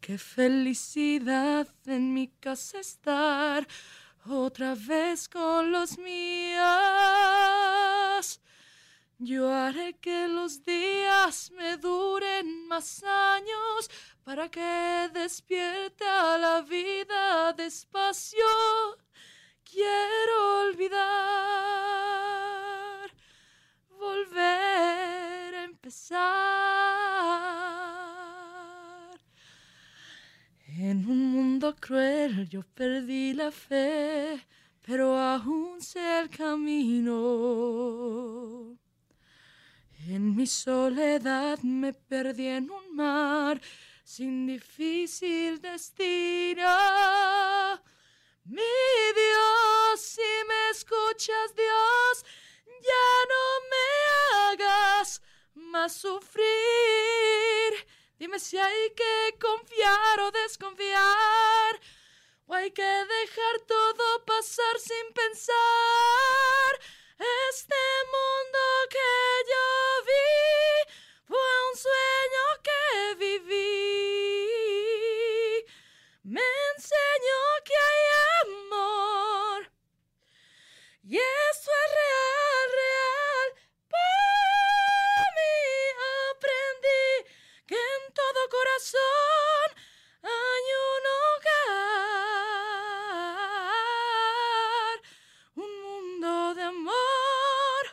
Speaker 11: Qué felicidad en mi casa estar otra vez con los míos. Yo haré que los días me duren más años para que despierte a la vida despacio. Quiero olvidar, volver a empezar. En un mundo cruel yo perdí la fe, pero aún sé el camino. En mi soledad me perdí en un mar sin difícil destino. Mi Dios, si me escuchas, Dios, ya no me hagas más sufrir. Dime si hay que confiar o desconfiar, o hay que dejar todo pasar sin pensar. Este mundo que yo vi fue un sueño que viví. Me enseñó que hay amor. Y eso es real, real. Para mí aprendí que en todo corazón hay un hogar, un mundo de amor,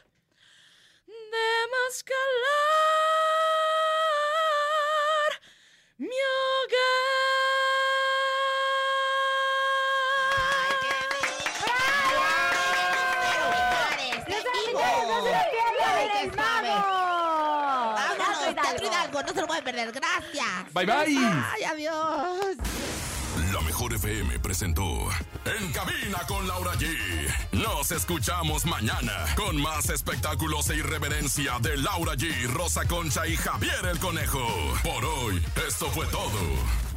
Speaker 11: de más calor, mi hogar.
Speaker 2: Vámonos, Teatro Hidalgo, no se lo pueden perder. Gracias.
Speaker 3: Bye, bye.
Speaker 2: Ay, adiós.
Speaker 1: La mejor FM presentó En cabina con Laura G. Nos escuchamos mañana con más espectáculos e irreverencia de Laura G, Rosa Concha y Javier el Conejo. Por hoy, esto fue todo.